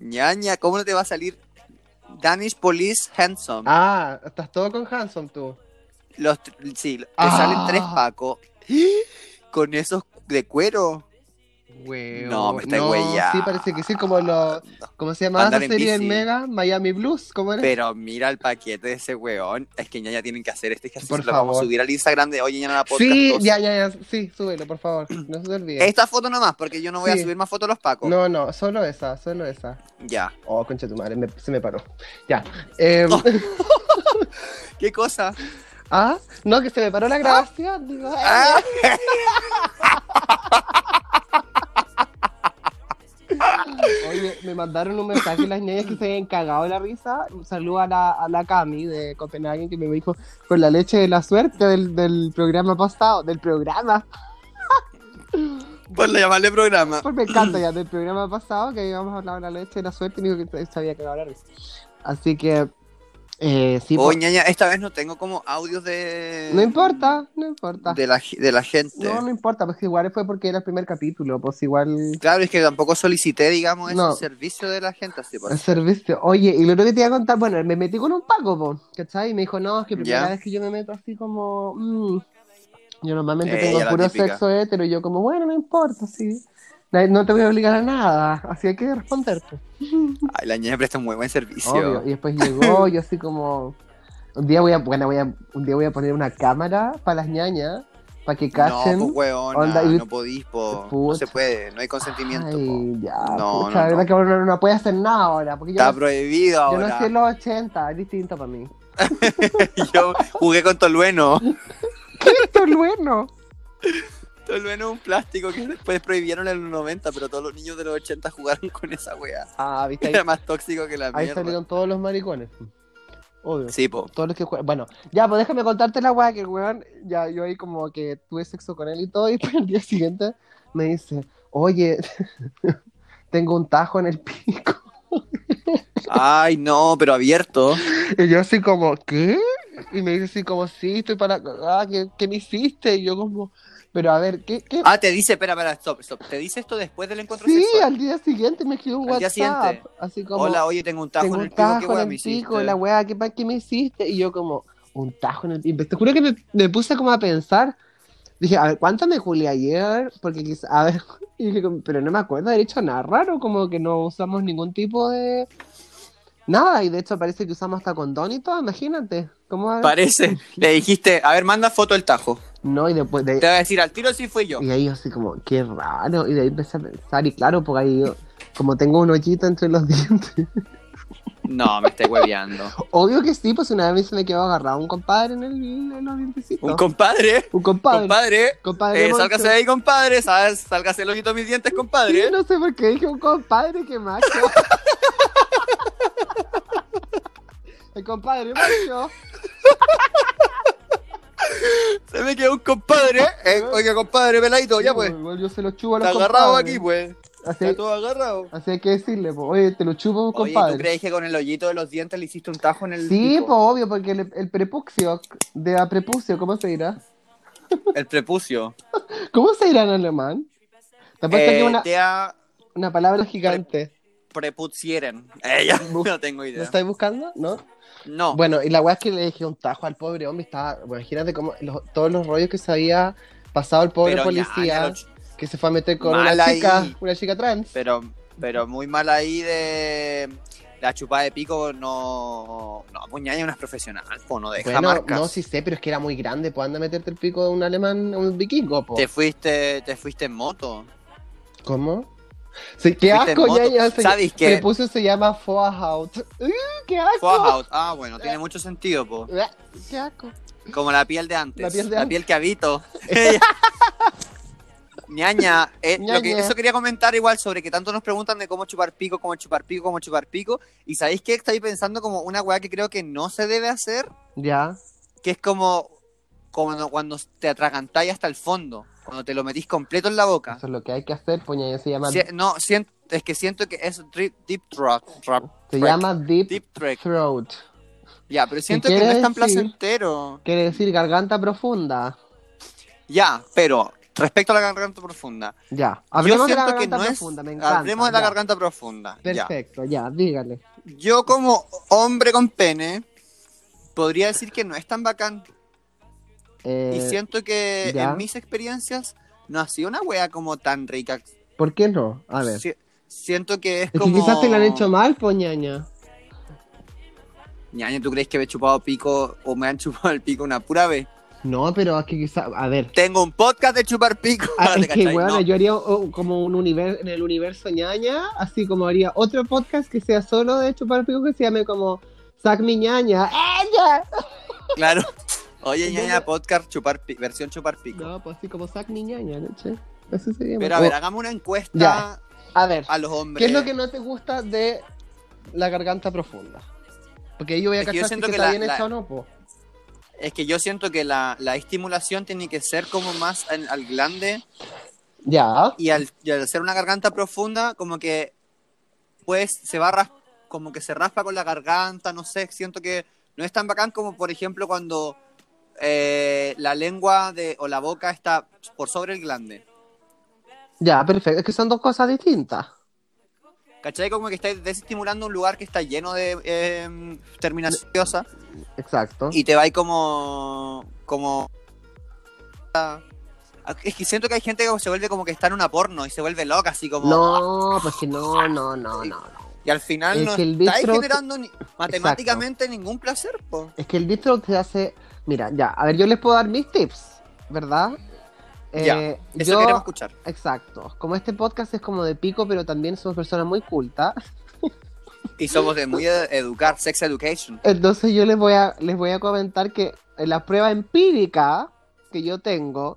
Speaker 2: Ñaña, ¿cómo no te va a salir Danish Police Handsome?
Speaker 1: Ah, estás todo con Hanson tú.
Speaker 2: Los, tr- sí, te
Speaker 1: Ah.
Speaker 2: salen tres pacos con esos de cuero.
Speaker 1: Weón.
Speaker 2: No, me estáis huella.
Speaker 1: Sí, parece que sí, como los. ¿Cómo se llama
Speaker 2: Andar
Speaker 1: esa
Speaker 2: en
Speaker 1: serie en
Speaker 2: bici.
Speaker 1: Mega? Miami Blues, ¿cómo era?
Speaker 2: Pero mira el paquete de ese weón. Es que ya, ya tienen que hacer este ejercicio.
Speaker 1: Por
Speaker 2: Lo vamos a
Speaker 1: favor.
Speaker 2: subir al Instagram de Oye, ya la podcast.
Speaker 1: Sí,
Speaker 2: dos.
Speaker 1: ya, ya, ya, sí, súbelo, por favor, no se te olvide.
Speaker 2: Esta foto nomás, porque yo no voy
Speaker 1: Sí.
Speaker 2: a subir más fotos de los pacos.
Speaker 1: No, no, solo esa, solo esa.
Speaker 2: Ya.
Speaker 1: Oh, concha de tu madre, me- se me paró. Ya. Eh,
Speaker 2: ¿Qué cosa?
Speaker 1: ah, no, que se me paró la grabación. Digo, ay,
Speaker 2: Ah.
Speaker 1: Oye, me mandaron un mensaje las niñas que se habían cagado de la risa. Un saludo a la, a la Cami de Copenhague que me dijo con la leche de la suerte del, del programa pasado, del programa.
Speaker 2: Ah. Por le llamarle programa.
Speaker 1: Pues me encanta ya del programa pasado que habíamos hablado de la leche de la suerte y me dijo que se había cagado la risa. Así que Eh, sí,
Speaker 2: Oye,
Speaker 1: po-
Speaker 2: ñaña, esta vez no tengo como audios de.
Speaker 1: no importa, no importa.
Speaker 2: De la, ge- de la gente.
Speaker 1: No, no importa, pues igual fue porque era el primer capítulo, pues igual...
Speaker 2: Claro, es que tampoco solicité, digamos,
Speaker 1: No.
Speaker 2: ese servicio de la gente. Así, pues. por-
Speaker 1: El servicio. Oye, y lo otro que te iba a contar, bueno, me metí con un Paco, po, ¿cachai? Y me dijo, no, es que primera
Speaker 2: Ya.
Speaker 1: vez que yo me meto así como. mm, Yo normalmente
Speaker 2: Eh, ya
Speaker 1: tengo
Speaker 2: la
Speaker 1: puro
Speaker 2: típica.
Speaker 1: sexo hetero, y yo, como, bueno, no importa, sí. Nadie- No te voy a obligar a nada, así hay que responderte.
Speaker 2: Ay, la ñaña presta un muy buen servicio.
Speaker 1: Obvio. Y después llegó, yo así como. Un día voy a, bueno, voy a, un día voy a poner una cámara para las ñañas, para que cachen.
Speaker 2: No, pues
Speaker 1: Onda, y-
Speaker 2: no podís, po. No
Speaker 1: Puta.
Speaker 2: se puede, no hay consentimiento, po.
Speaker 1: Ay, ya,
Speaker 2: No,
Speaker 1: pucha,
Speaker 2: no,
Speaker 1: la verdad
Speaker 2: no.
Speaker 1: que uno no, no puede hacer nada ahora, porque yo,
Speaker 2: Está
Speaker 1: no,
Speaker 2: prohibido
Speaker 1: yo
Speaker 2: ahora.
Speaker 1: nací en los 80, es distinto para mí.
Speaker 2: Yo jugué con Tolueno.
Speaker 1: Esto es bueno.
Speaker 2: Tolueno es un plástico que después prohibieron en los 90, pero todos los niños de los 80 jugaron con esa wea.
Speaker 1: Ah, viste, ahí,
Speaker 2: Era más tóxico que la
Speaker 1: ahí
Speaker 2: mierda.
Speaker 1: salieron todos los maricones. Obvio.
Speaker 2: Sí, po.
Speaker 1: Todos los que juegan. Bueno, ya, pues déjame contarte la weá que el weón. Ya, yo ahí como que tuve sexo con él y todo. Y para el día siguiente me dice: Oye, tengo un tajo en el pico.
Speaker 2: Ay, no, pero abierto.
Speaker 1: Y yo así como: ¿Qué? Y me dice así como: Sí, estoy para. Ah, ¿qué, qué me hiciste? Y yo como: Pero a ver, ¿qué? qué?
Speaker 2: Ah, te dice, espera, espera, stop, stop. Te dice esto después del encuentro
Speaker 1: sí,
Speaker 2: sexual.
Speaker 1: al día siguiente me escribió un
Speaker 2: Al día
Speaker 1: WhatsApp.
Speaker 2: siguiente.
Speaker 1: Así como:
Speaker 2: Hola, oye, tengo un tajo
Speaker 1: tengo
Speaker 2: en
Speaker 1: un
Speaker 2: el pico, qué
Speaker 1: tajo
Speaker 2: wea
Speaker 1: en
Speaker 2: me
Speaker 1: el pico,
Speaker 2: hiciste.
Speaker 1: la weá, ¿qué, pa- ¿qué me hiciste? Y yo como, un tajo en el pico. Te juro que me, me puse como a pensar. Dije, a ver, ¿cuánto me culé ayer? Porque quizá, a ver, y dije, como, pero no me acuerdo de haber hecho nada raro, como que no usamos ningún tipo de... Nada, y de hecho parece que usamos hasta condón y todo, imagínate. ¿Cómo va a-
Speaker 2: Parece. Le dijiste, a ver, manda foto del tajo.
Speaker 1: No, y después de...
Speaker 2: Te va a decir, al tiro sí fui yo.
Speaker 1: Y ahí yo así como, qué raro. Y de ahí empecé a pensar, y claro, porque ahí yo, como tengo un hoyito entre los dientes.
Speaker 2: No, me estoy hueveando.
Speaker 1: Obvio que sí, pues una vez se me quedó agarrado un compadre en, el, en los dientecitos.
Speaker 2: Un compadre,
Speaker 1: Un compadre.
Speaker 2: compadre,
Speaker 1: compadre
Speaker 2: eh,
Speaker 1: Moncho.
Speaker 2: sálgase de ahí, compadre, ¿sabes? Sálgase el ojito de mis dientes,
Speaker 1: Sí,
Speaker 2: compadre.
Speaker 1: no sé por qué dije un compadre que macho. El compadre macho.
Speaker 2: Se me quedó un compadre. Eh, oiga, compadre, peladito, ya pues.
Speaker 1: Igual Yo se lo chupo a los
Speaker 2: Está agarrado
Speaker 1: compadres.
Speaker 2: aquí, pues. Está
Speaker 1: Así,
Speaker 2: todo agarrado.
Speaker 1: así hay que decirle, po. oye, te lo chupo,
Speaker 2: Oye,
Speaker 1: compadre.
Speaker 2: ¿tú crees que con el hoyito de los dientes le hiciste un tajo en
Speaker 1: Sí,
Speaker 2: el
Speaker 1: pues
Speaker 2: pico?
Speaker 1: obvio, porque el, el prepucio, de a prepucio, ¿cómo se dirá?
Speaker 2: El prepucio.
Speaker 1: ¿Cómo se dirá en alemán? Te apuesto que
Speaker 2: Eh,
Speaker 1: es una,
Speaker 2: Te ha
Speaker 1: una palabra gigante.
Speaker 2: prepucieren. Eh, ya, no tengo
Speaker 1: ¿Lo
Speaker 2: idea.
Speaker 1: estáis buscando? ¿No?
Speaker 2: No.
Speaker 1: Bueno, y la weá es que le dejé un tajo al pobre hombre. Estaba, bueno, imagínate cómo los- todos los rollos que se había pasado el pobre
Speaker 2: pero ya, ya
Speaker 1: policía
Speaker 2: lo-
Speaker 1: que se fue a meter con
Speaker 2: Mal
Speaker 1: una
Speaker 2: ahí.
Speaker 1: chica, una chica trans.
Speaker 2: pero, pero muy mal ahí de la chupada de pico no no pues ñaña una es profesional pues no deja
Speaker 1: bueno,
Speaker 2: marcas
Speaker 1: no, sí sé, pero es que era muy grande. Pues anda a meterte el pico de un alemán, un vikingo, po.
Speaker 2: te fuiste te fuiste en moto
Speaker 1: ¿Cómo? Sí, qué
Speaker 2: Fuiste en
Speaker 1: asco,
Speaker 2: moto.
Speaker 1: ya, ya. Se,
Speaker 2: ¿Sabes qué?
Speaker 1: se puso, se llama Foa Out. ¡Uy, ¡Qué asco!
Speaker 2: Fue out ah bueno tiene mucho sentido po.
Speaker 1: Ah, ¡Qué asco!
Speaker 2: como la piel de antes
Speaker 1: La piel de antes.
Speaker 2: que habito ñaña, eh, lo que-
Speaker 1: Ñaña.
Speaker 2: eso quería comentar igual sobre que tanto nos preguntan de cómo chupar pico cómo chupar pico cómo chupar pico y sabéis que estoy pensando como una weá que creo que no se debe hacer
Speaker 1: Ya.
Speaker 2: que es como, como cuando te atragantáis hasta el fondo, cuando te lo metís completo en la boca.
Speaker 1: Eso es lo que hay que hacer, puña. Se llama,
Speaker 2: Sie- no, siento, es que siento que es drip- deep throat. throat-
Speaker 1: se
Speaker 2: throat-
Speaker 1: llama Deep,
Speaker 2: Deep throat.
Speaker 1: Throat.
Speaker 2: Ya, pero siento que
Speaker 1: quiere
Speaker 2: no es tan
Speaker 1: decir?
Speaker 2: placentero.
Speaker 1: Quiere decir garganta profunda.
Speaker 2: Ya, pero respecto a la garganta profunda.
Speaker 1: Ya. Hablemos de
Speaker 2: yo
Speaker 1: la
Speaker 2: siento que
Speaker 1: garganta
Speaker 2: no
Speaker 1: profunda,
Speaker 2: es.
Speaker 1: me encanta.
Speaker 2: hablemos de la
Speaker 1: ya.
Speaker 2: garganta profunda. ya.
Speaker 1: Perfecto, ya, dígale.
Speaker 2: Yo como hombre con pene, podría decir que no es tan bacán.
Speaker 1: Eh,
Speaker 2: y siento que
Speaker 1: ya.
Speaker 2: en mis experiencias no ha sido una wea como tan rica
Speaker 1: ¿Por qué no? A ver.
Speaker 2: Si- siento que es,
Speaker 1: es
Speaker 2: como.
Speaker 1: que quizás te lo han hecho mal, poñaña.
Speaker 2: Ñaña, ¿tú crees que me he chupado pico o me han chupado el pico una pura vez?
Speaker 1: No, pero es que quizás. A ver.
Speaker 2: Tengo un podcast de chupar pico.
Speaker 1: Ah,
Speaker 2: ¿te
Speaker 1: es que,
Speaker 2: cachai?
Speaker 1: bueno,
Speaker 2: No.
Speaker 1: yo haría oh, como un universo en el universo ñaña, así como haría otro podcast que sea solo de chupar pico que se llame como Sac mi ñaña. ¡Ella!
Speaker 2: Claro. Oye, ñaña,
Speaker 1: Entonces-
Speaker 2: podcast chupar pi- versión chupar pico.
Speaker 1: No, pues así como Sac mi ñaña, leche. Eso sería.
Speaker 2: Pero a
Speaker 1: Oh,
Speaker 2: ver, hagamos una encuesta
Speaker 1: Ya. a ver,
Speaker 2: a los hombres.
Speaker 1: ¿qué es lo que no te gusta de la garganta profunda? Porque ahí yo voy a
Speaker 2: Es que yo
Speaker 1: cachar si
Speaker 2: siento
Speaker 1: es que
Speaker 2: que
Speaker 1: está
Speaker 2: la-
Speaker 1: bien
Speaker 2: la-
Speaker 1: hecha o no, po.
Speaker 2: Es que yo siento que la, la estimulación tiene que ser como más al, al glande
Speaker 1: Ya.
Speaker 2: y al, y al hacer una garganta profunda, como que pues se va ras- como que se raspa con la garganta, no sé, siento que No es tan bacán como, por ejemplo, cuando eh, la lengua de, o la boca está por sobre el glande.
Speaker 1: Ya, perfecto. Es que son dos cosas distintas.
Speaker 2: ¿Cachai? Como que estáis desestimulando un lugar que está lleno de eh, terminación nerviosa
Speaker 1: Exacto.
Speaker 2: y te vais como. como. ah, Es que siento que hay gente que se vuelve como que está en una porno y se vuelve loca, así como.
Speaker 1: No, pues que no, no, no, no. no.
Speaker 2: Y al final
Speaker 1: Es
Speaker 2: no
Speaker 1: que el
Speaker 2: estáis
Speaker 1: distro-
Speaker 2: generando ni- matemáticamente ningún placer, po.
Speaker 1: Es que el distro te hace. Mira, ya. A ver, yo les puedo dar mis tips, ¿verdad?
Speaker 2: Ya,
Speaker 1: Eh,
Speaker 2: Eso
Speaker 1: yo-
Speaker 2: queremos escuchar.
Speaker 1: Exacto. Como este podcast es como de pico, pero también somos personas muy cultas.
Speaker 2: Y somos de muy ed- educar, sex education.
Speaker 1: Entonces yo les voy a, les voy a comentar que la prueba empírica que yo tengo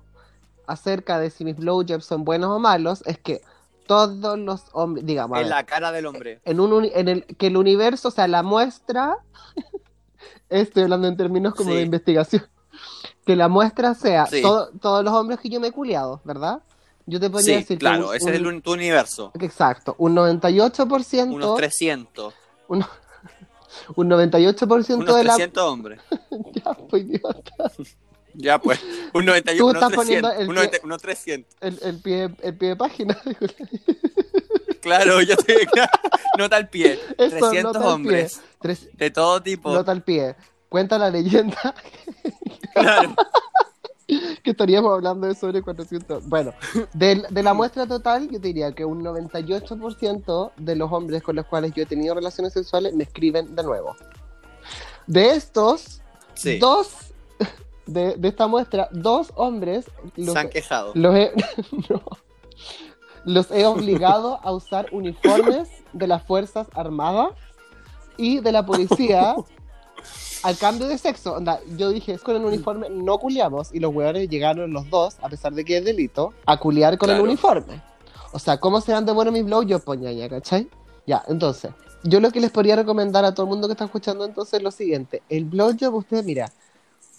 Speaker 1: acerca de si mis blowjobs son buenos o malos es que todos los hombres, digamos, a
Speaker 2: En
Speaker 1: ver,
Speaker 2: la cara del hombre.
Speaker 1: en un uni- en el, que el universo, o sea, la muestra, estoy hablando en términos como
Speaker 2: Sí.
Speaker 1: de investigación, que la muestra sea
Speaker 2: Sí.
Speaker 1: todo- todos los hombres que yo me he culiado, ¿verdad? Yo te podría
Speaker 2: Sí,
Speaker 1: decir
Speaker 2: claro,
Speaker 1: que
Speaker 2: ese es el un- tu universo.
Speaker 1: Exacto, un 98%,
Speaker 2: Unos 300.
Speaker 1: un 98%
Speaker 2: Unos
Speaker 1: de la
Speaker 2: 300 hombres.
Speaker 1: Ya, pues, idiota.
Speaker 2: Ya pues, un 91,
Speaker 1: Tú
Speaker 2: unos
Speaker 1: estás poniendo
Speaker 2: 300,
Speaker 1: el
Speaker 2: unos
Speaker 1: pie-
Speaker 2: 90, unos 300.
Speaker 1: El, el pie, el pie de página.
Speaker 2: Claro, yo estoy... nota al pie.
Speaker 1: Eso,
Speaker 2: 300
Speaker 1: nota al
Speaker 2: hombres.
Speaker 1: Pie. Tres,
Speaker 2: De todo tipo.
Speaker 1: nota al pie. Cuenta la leyenda
Speaker 2: Claro.
Speaker 1: que estaríamos hablando de sobre 400. Bueno, del- de, la muestra total, yo te diría que un 98% de los hombres con los cuales yo he tenido relaciones sexuales me escriben de nuevo. De estos,
Speaker 2: Sí,
Speaker 1: dos, de, de esta muestra, dos hombres los,
Speaker 2: se han quejado.
Speaker 1: Los he, no. los he obligado a usar uniformes de las Fuerzas Armadas y de la policía al cambio de sexo. Onda, yo dije, es con el uniforme no culiamos. Y los hueones llegaron los dos, a pesar de que es delito, a culiar con el
Speaker 2: Claro.
Speaker 1: uniforme. O sea, ¿cómo serán de bueno mis blogs? Yo poñaña, ¿cachai? Ya, entonces, yo lo que les podría recomendar a todo el mundo que está escuchando entonces es lo siguiente. El blowjob, usted, mira,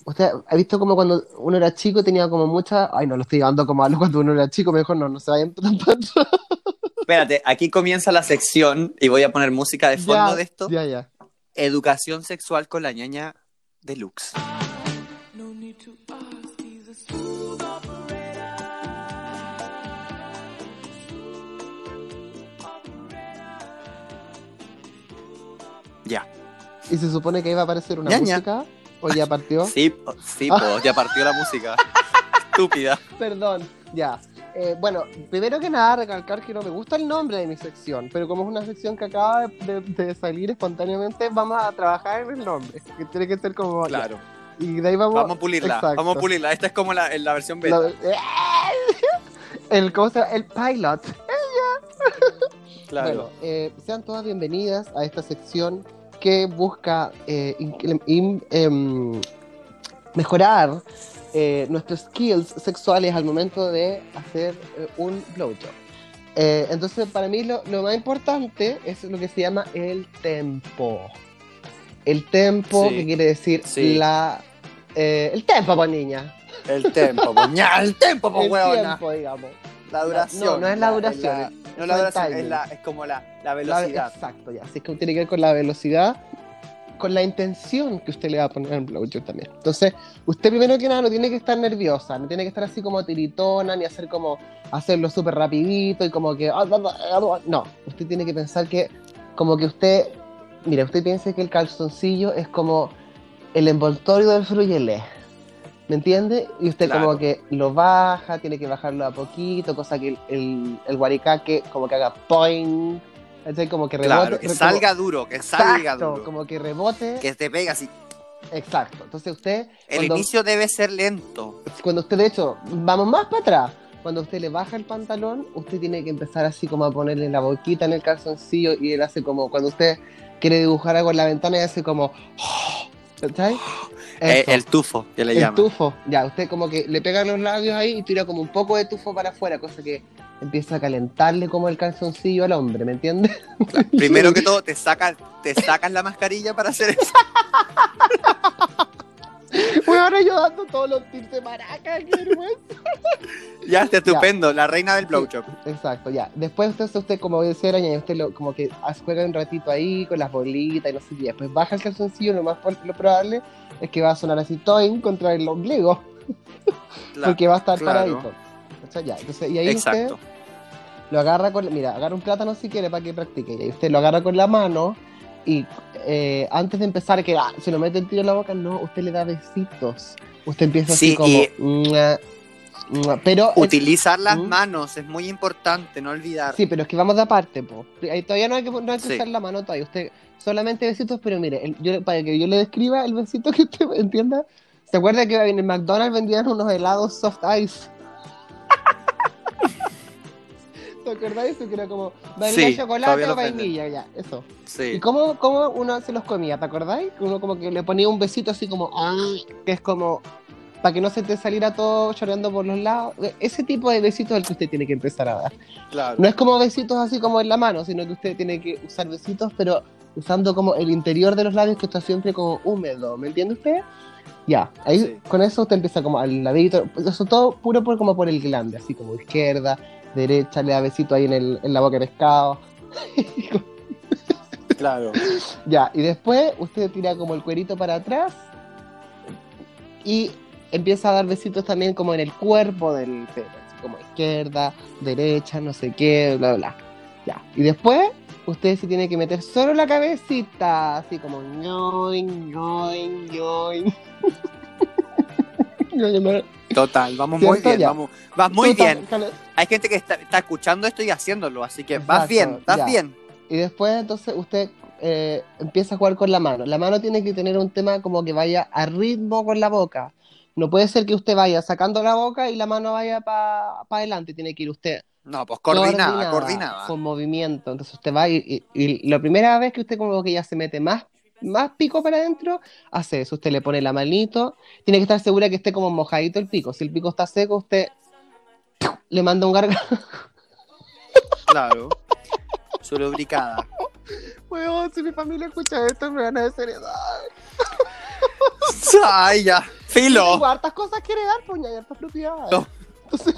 Speaker 1: usted ha visto como cuando uno era chico tenía como mucha... Ay, no, lo estoy llevando como algo cuando uno era chico, mejor no, no se vayan tan tanto.
Speaker 2: Espérate, aquí comienza la sección y voy a poner música de fondo de esto.
Speaker 1: Ya, ya.
Speaker 2: Educación sexual con la ñaña deluxe.
Speaker 3: No need to ask, he's a smooth operator.
Speaker 2: Ya.
Speaker 1: ¿Y se supone que iba a aparecer una
Speaker 2: Ya, ya.
Speaker 1: música? ¿O ya partió?
Speaker 2: Sí, po- sí, po, ya partió la música. Estúpida.
Speaker 1: Perdón, ya. Eh, bueno, primero que nada, recalcar que no me gusta el nombre de mi sección, pero como es una sección que acaba de, de salir espontáneamente, vamos a trabajar en el nombre, que tiene que ser como...
Speaker 2: Claro.
Speaker 1: Y de ahí vamos...
Speaker 2: Vamos a pulirla.
Speaker 1: Exacto.
Speaker 2: Vamos a pulirla. Esta es como la, en la versión beta.
Speaker 1: Lo- El, ¿cómo se llama? el pilot.
Speaker 2: Claro.
Speaker 1: Bueno, eh, sean todas bienvenidas a esta sección que busca eh, in- in- em, mejorar eh, nuestros skills sexuales al momento de hacer eh, un blowjob. Eh, entonces, para mí lo, lo más importante es lo que se llama el tempo. El tempo,
Speaker 2: Sí,
Speaker 1: que quiere decir
Speaker 2: sí.
Speaker 1: la... eh, el tempo, pues, niña.
Speaker 2: El tempo, po. ña, el tempo, po,
Speaker 1: el
Speaker 2: huevona.
Speaker 1: tiempo, digamos.
Speaker 2: La duración.
Speaker 1: No, no es la duración,
Speaker 2: la-
Speaker 1: es-
Speaker 2: no es la
Speaker 1: el
Speaker 2: duración, es,
Speaker 1: timing.
Speaker 2: la, es como la, la
Speaker 1: La-
Speaker 2: velocidad.
Speaker 1: exacto, ya. Así que tiene que ver con la velocidad, con la intención que usted le va a poner al blowjob también. Entonces, usted primero que nada no tiene que estar nerviosa, no tiene que estar así como tiritona, ni hacer como hacerlo súper rapidito y como que... ah, ah, ah, ah, No, usted tiene que pensar que como que usted... Mira, usted piensa que el calzoncillo es como el envoltorio del fruyelé. ¿Me entiende? Y usted como
Speaker 2: Claro.
Speaker 1: que lo baja, tiene que bajarlo a poquito, cosa que el, el, el guaricaque como que haga point, ¿cachai? como que rebote.
Speaker 2: Claro, que
Speaker 1: como-
Speaker 2: salga duro, que salga
Speaker 1: Exacto,
Speaker 2: duro.
Speaker 1: como que rebote.
Speaker 2: Que te pega así.
Speaker 1: Exacto. Entonces usted,
Speaker 2: El
Speaker 1: cuando,
Speaker 2: inicio debe ser lento.
Speaker 1: cuando usted, de hecho, vamos más para atrás, cuando usted le baja el pantalón, usted tiene que empezar así como a ponerle la boquita en el calzoncillo y él hace como, cuando usted quiere dibujar algo en la ventana y hace como... ¿Cachai?
Speaker 2: Eh,
Speaker 1: Eso.
Speaker 2: el tufo, que le
Speaker 1: El
Speaker 2: llaman.
Speaker 1: tufo, ya, usted como que le pega los labios ahí y tira como un poco de tufo para afuera, cosa que empieza a calentarle como el calzoncillo al hombre, ¿me entiendes?
Speaker 2: Primero que todo, te sacas te sacas la mascarilla para hacer eso.
Speaker 1: weón, yo dando todos los tips de maraca, qué vergüenza.
Speaker 2: Ya, está estupendo, la reina del blowjob.
Speaker 1: Exacto, ya. Después usted, usted como decía la ñaña, usted lo, como que as- juega un ratito ahí con las bolitas y no sé qué. Después baja el calzoncillo, lo más por- lo probable es que va a sonar así toing contra el ombligo,
Speaker 2: Claro,
Speaker 1: porque va a estar
Speaker 2: claro.
Speaker 1: paradito. O sea, ya. Entonces, y ahí
Speaker 2: Exacto.
Speaker 1: usted lo agarra con, mira, agarra un plátano si quiere para que practique. Y ahí usted lo agarra con la mano y eh, antes de empezar que ah, se lo mete el tiro en la boca, no, usted le da besitos. Usted empieza así
Speaker 2: Sí,
Speaker 1: como...
Speaker 2: y-
Speaker 1: "Mua, mua", pero...
Speaker 2: Utilizar las
Speaker 1: ¿Mm?
Speaker 2: manos es muy importante, no olvidar.
Speaker 1: Sí, pero es que vamos de aparte, po. Ahí todavía no hay que, no hay que
Speaker 2: Sí.
Speaker 1: usar la mano todavía. Usted solamente besitos, pero mire, el- yo- para que yo le describa el besito que usted entienda, ¿se acuerda que en el McDonald's vendían unos helados soft ice? ¿Te acordáis? Eso que era como vainilla,
Speaker 2: Sí,
Speaker 1: chocolate
Speaker 2: todavía
Speaker 1: o
Speaker 2: los venden.
Speaker 1: vainilla, ya, eso. ¿Y
Speaker 2: Sí.
Speaker 1: cómo, cómo uno se los comía? ¿Te acordáis? Que Uno como que le ponía un besito así como, "Ah", que es como, para que no se te saliera todo chorreando por los lados. E, Ese tipo de besitos es el que usted tiene que empezar a dar.
Speaker 2: Claro.
Speaker 1: No es como besitos así como en la mano, sino que usted tiene que usar besitos, pero usando como el interior de los labios que está siempre como húmedo, ¿me entiende usted? Ya, ahí
Speaker 2: Sí.
Speaker 1: con eso usted empieza como al ladito, pues eso todo puro por, como por el glande, así como izquierda, derecha, le da besito ahí en, el, en la boca de pescado.
Speaker 2: Claro.
Speaker 1: Ya, y después usted tira como el cuerito para atrás y empieza a dar besitos también como en el cuerpo del perro, así como izquierda, derecha, no sé qué, bla, bla. Ya, y después usted se tiene que meter solo la cabecita, así como ñoin, ñoin, ñoin. Yo ya me-
Speaker 2: Total, vamos muy
Speaker 1: ¿Cierto?
Speaker 2: bien,
Speaker 1: Ya.
Speaker 2: vamos, vas muy
Speaker 1: Total,
Speaker 2: bien.
Speaker 1: cale-
Speaker 2: Hay gente que está, está escuchando esto y haciéndolo, así que vas
Speaker 1: Exacto,
Speaker 2: bien, vas
Speaker 1: ya.
Speaker 2: bien.
Speaker 1: Y después entonces usted eh, empieza a jugar con la mano. La mano tiene que tener un tema como que vaya a ritmo con la boca. No puede ser que usted vaya sacando la boca y la mano vaya para adelante. Tiene que ir usted
Speaker 2: No, pues coordinada, coordinada.
Speaker 1: con movimiento. Entonces usted va y, y- y la primera vez que usted como que ya se mete más, más pico para adentro, hace eso. Usted le pone la manito. Tiene que estar segura que esté como mojadito el pico. Si el pico está seco, usted le manda un gargajo.
Speaker 2: Claro. Su lubricada.
Speaker 1: Weón, si mi familia escucha esto, me van a desheredar.
Speaker 2: Ay, ya. Filo.
Speaker 1: Tengo hartas cosas que heredar, pues ya hay hartas propiedades.
Speaker 2: No.
Speaker 1: Entonces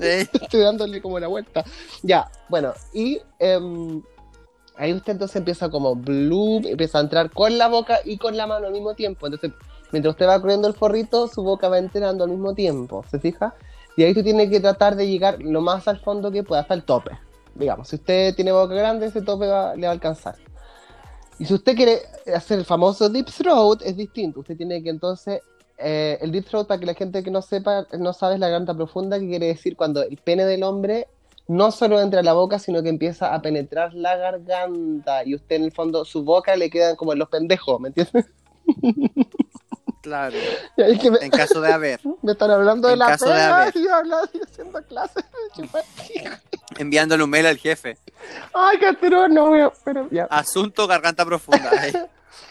Speaker 2: Eh,
Speaker 1: estoy dándole como la vuelta. Ya, bueno, y em, ahí usted entonces empieza como bloop, empieza a entrar con la boca y con la mano al mismo tiempo. Entonces, mientras usted va corriendo el forrito, su boca va entrando al mismo tiempo, ¿se fija? Y ahí tú tienes que tratar de llegar lo más al fondo que pueda, hasta el tope. Digamos, si usted tiene boca grande, ese tope va- le va a alcanzar. Y si usted quiere hacer el famoso deep throat, es distinto. Usted tiene que entonces eh, el deep throat, para que la gente que no sepa, no sabe, es la garganta profunda, que quiere decir cuando el pene del hombre no solo entra a la boca, sino que empieza a penetrar la garganta. Y usted, en el fondo, su boca le quedan como en los pendejos, ¿me entiendes?
Speaker 2: claro.
Speaker 1: Es que me,
Speaker 2: En caso de haber.
Speaker 1: me están hablando de
Speaker 2: en
Speaker 1: la
Speaker 2: caso de
Speaker 1: pena
Speaker 2: haber.
Speaker 1: y hablando y haciendo clases de chupapija.
Speaker 2: Enviándole un mail al jefe.
Speaker 1: Ay, qué trono, weón. Pero ya.
Speaker 2: Asunto garganta profunda. eh, Ay,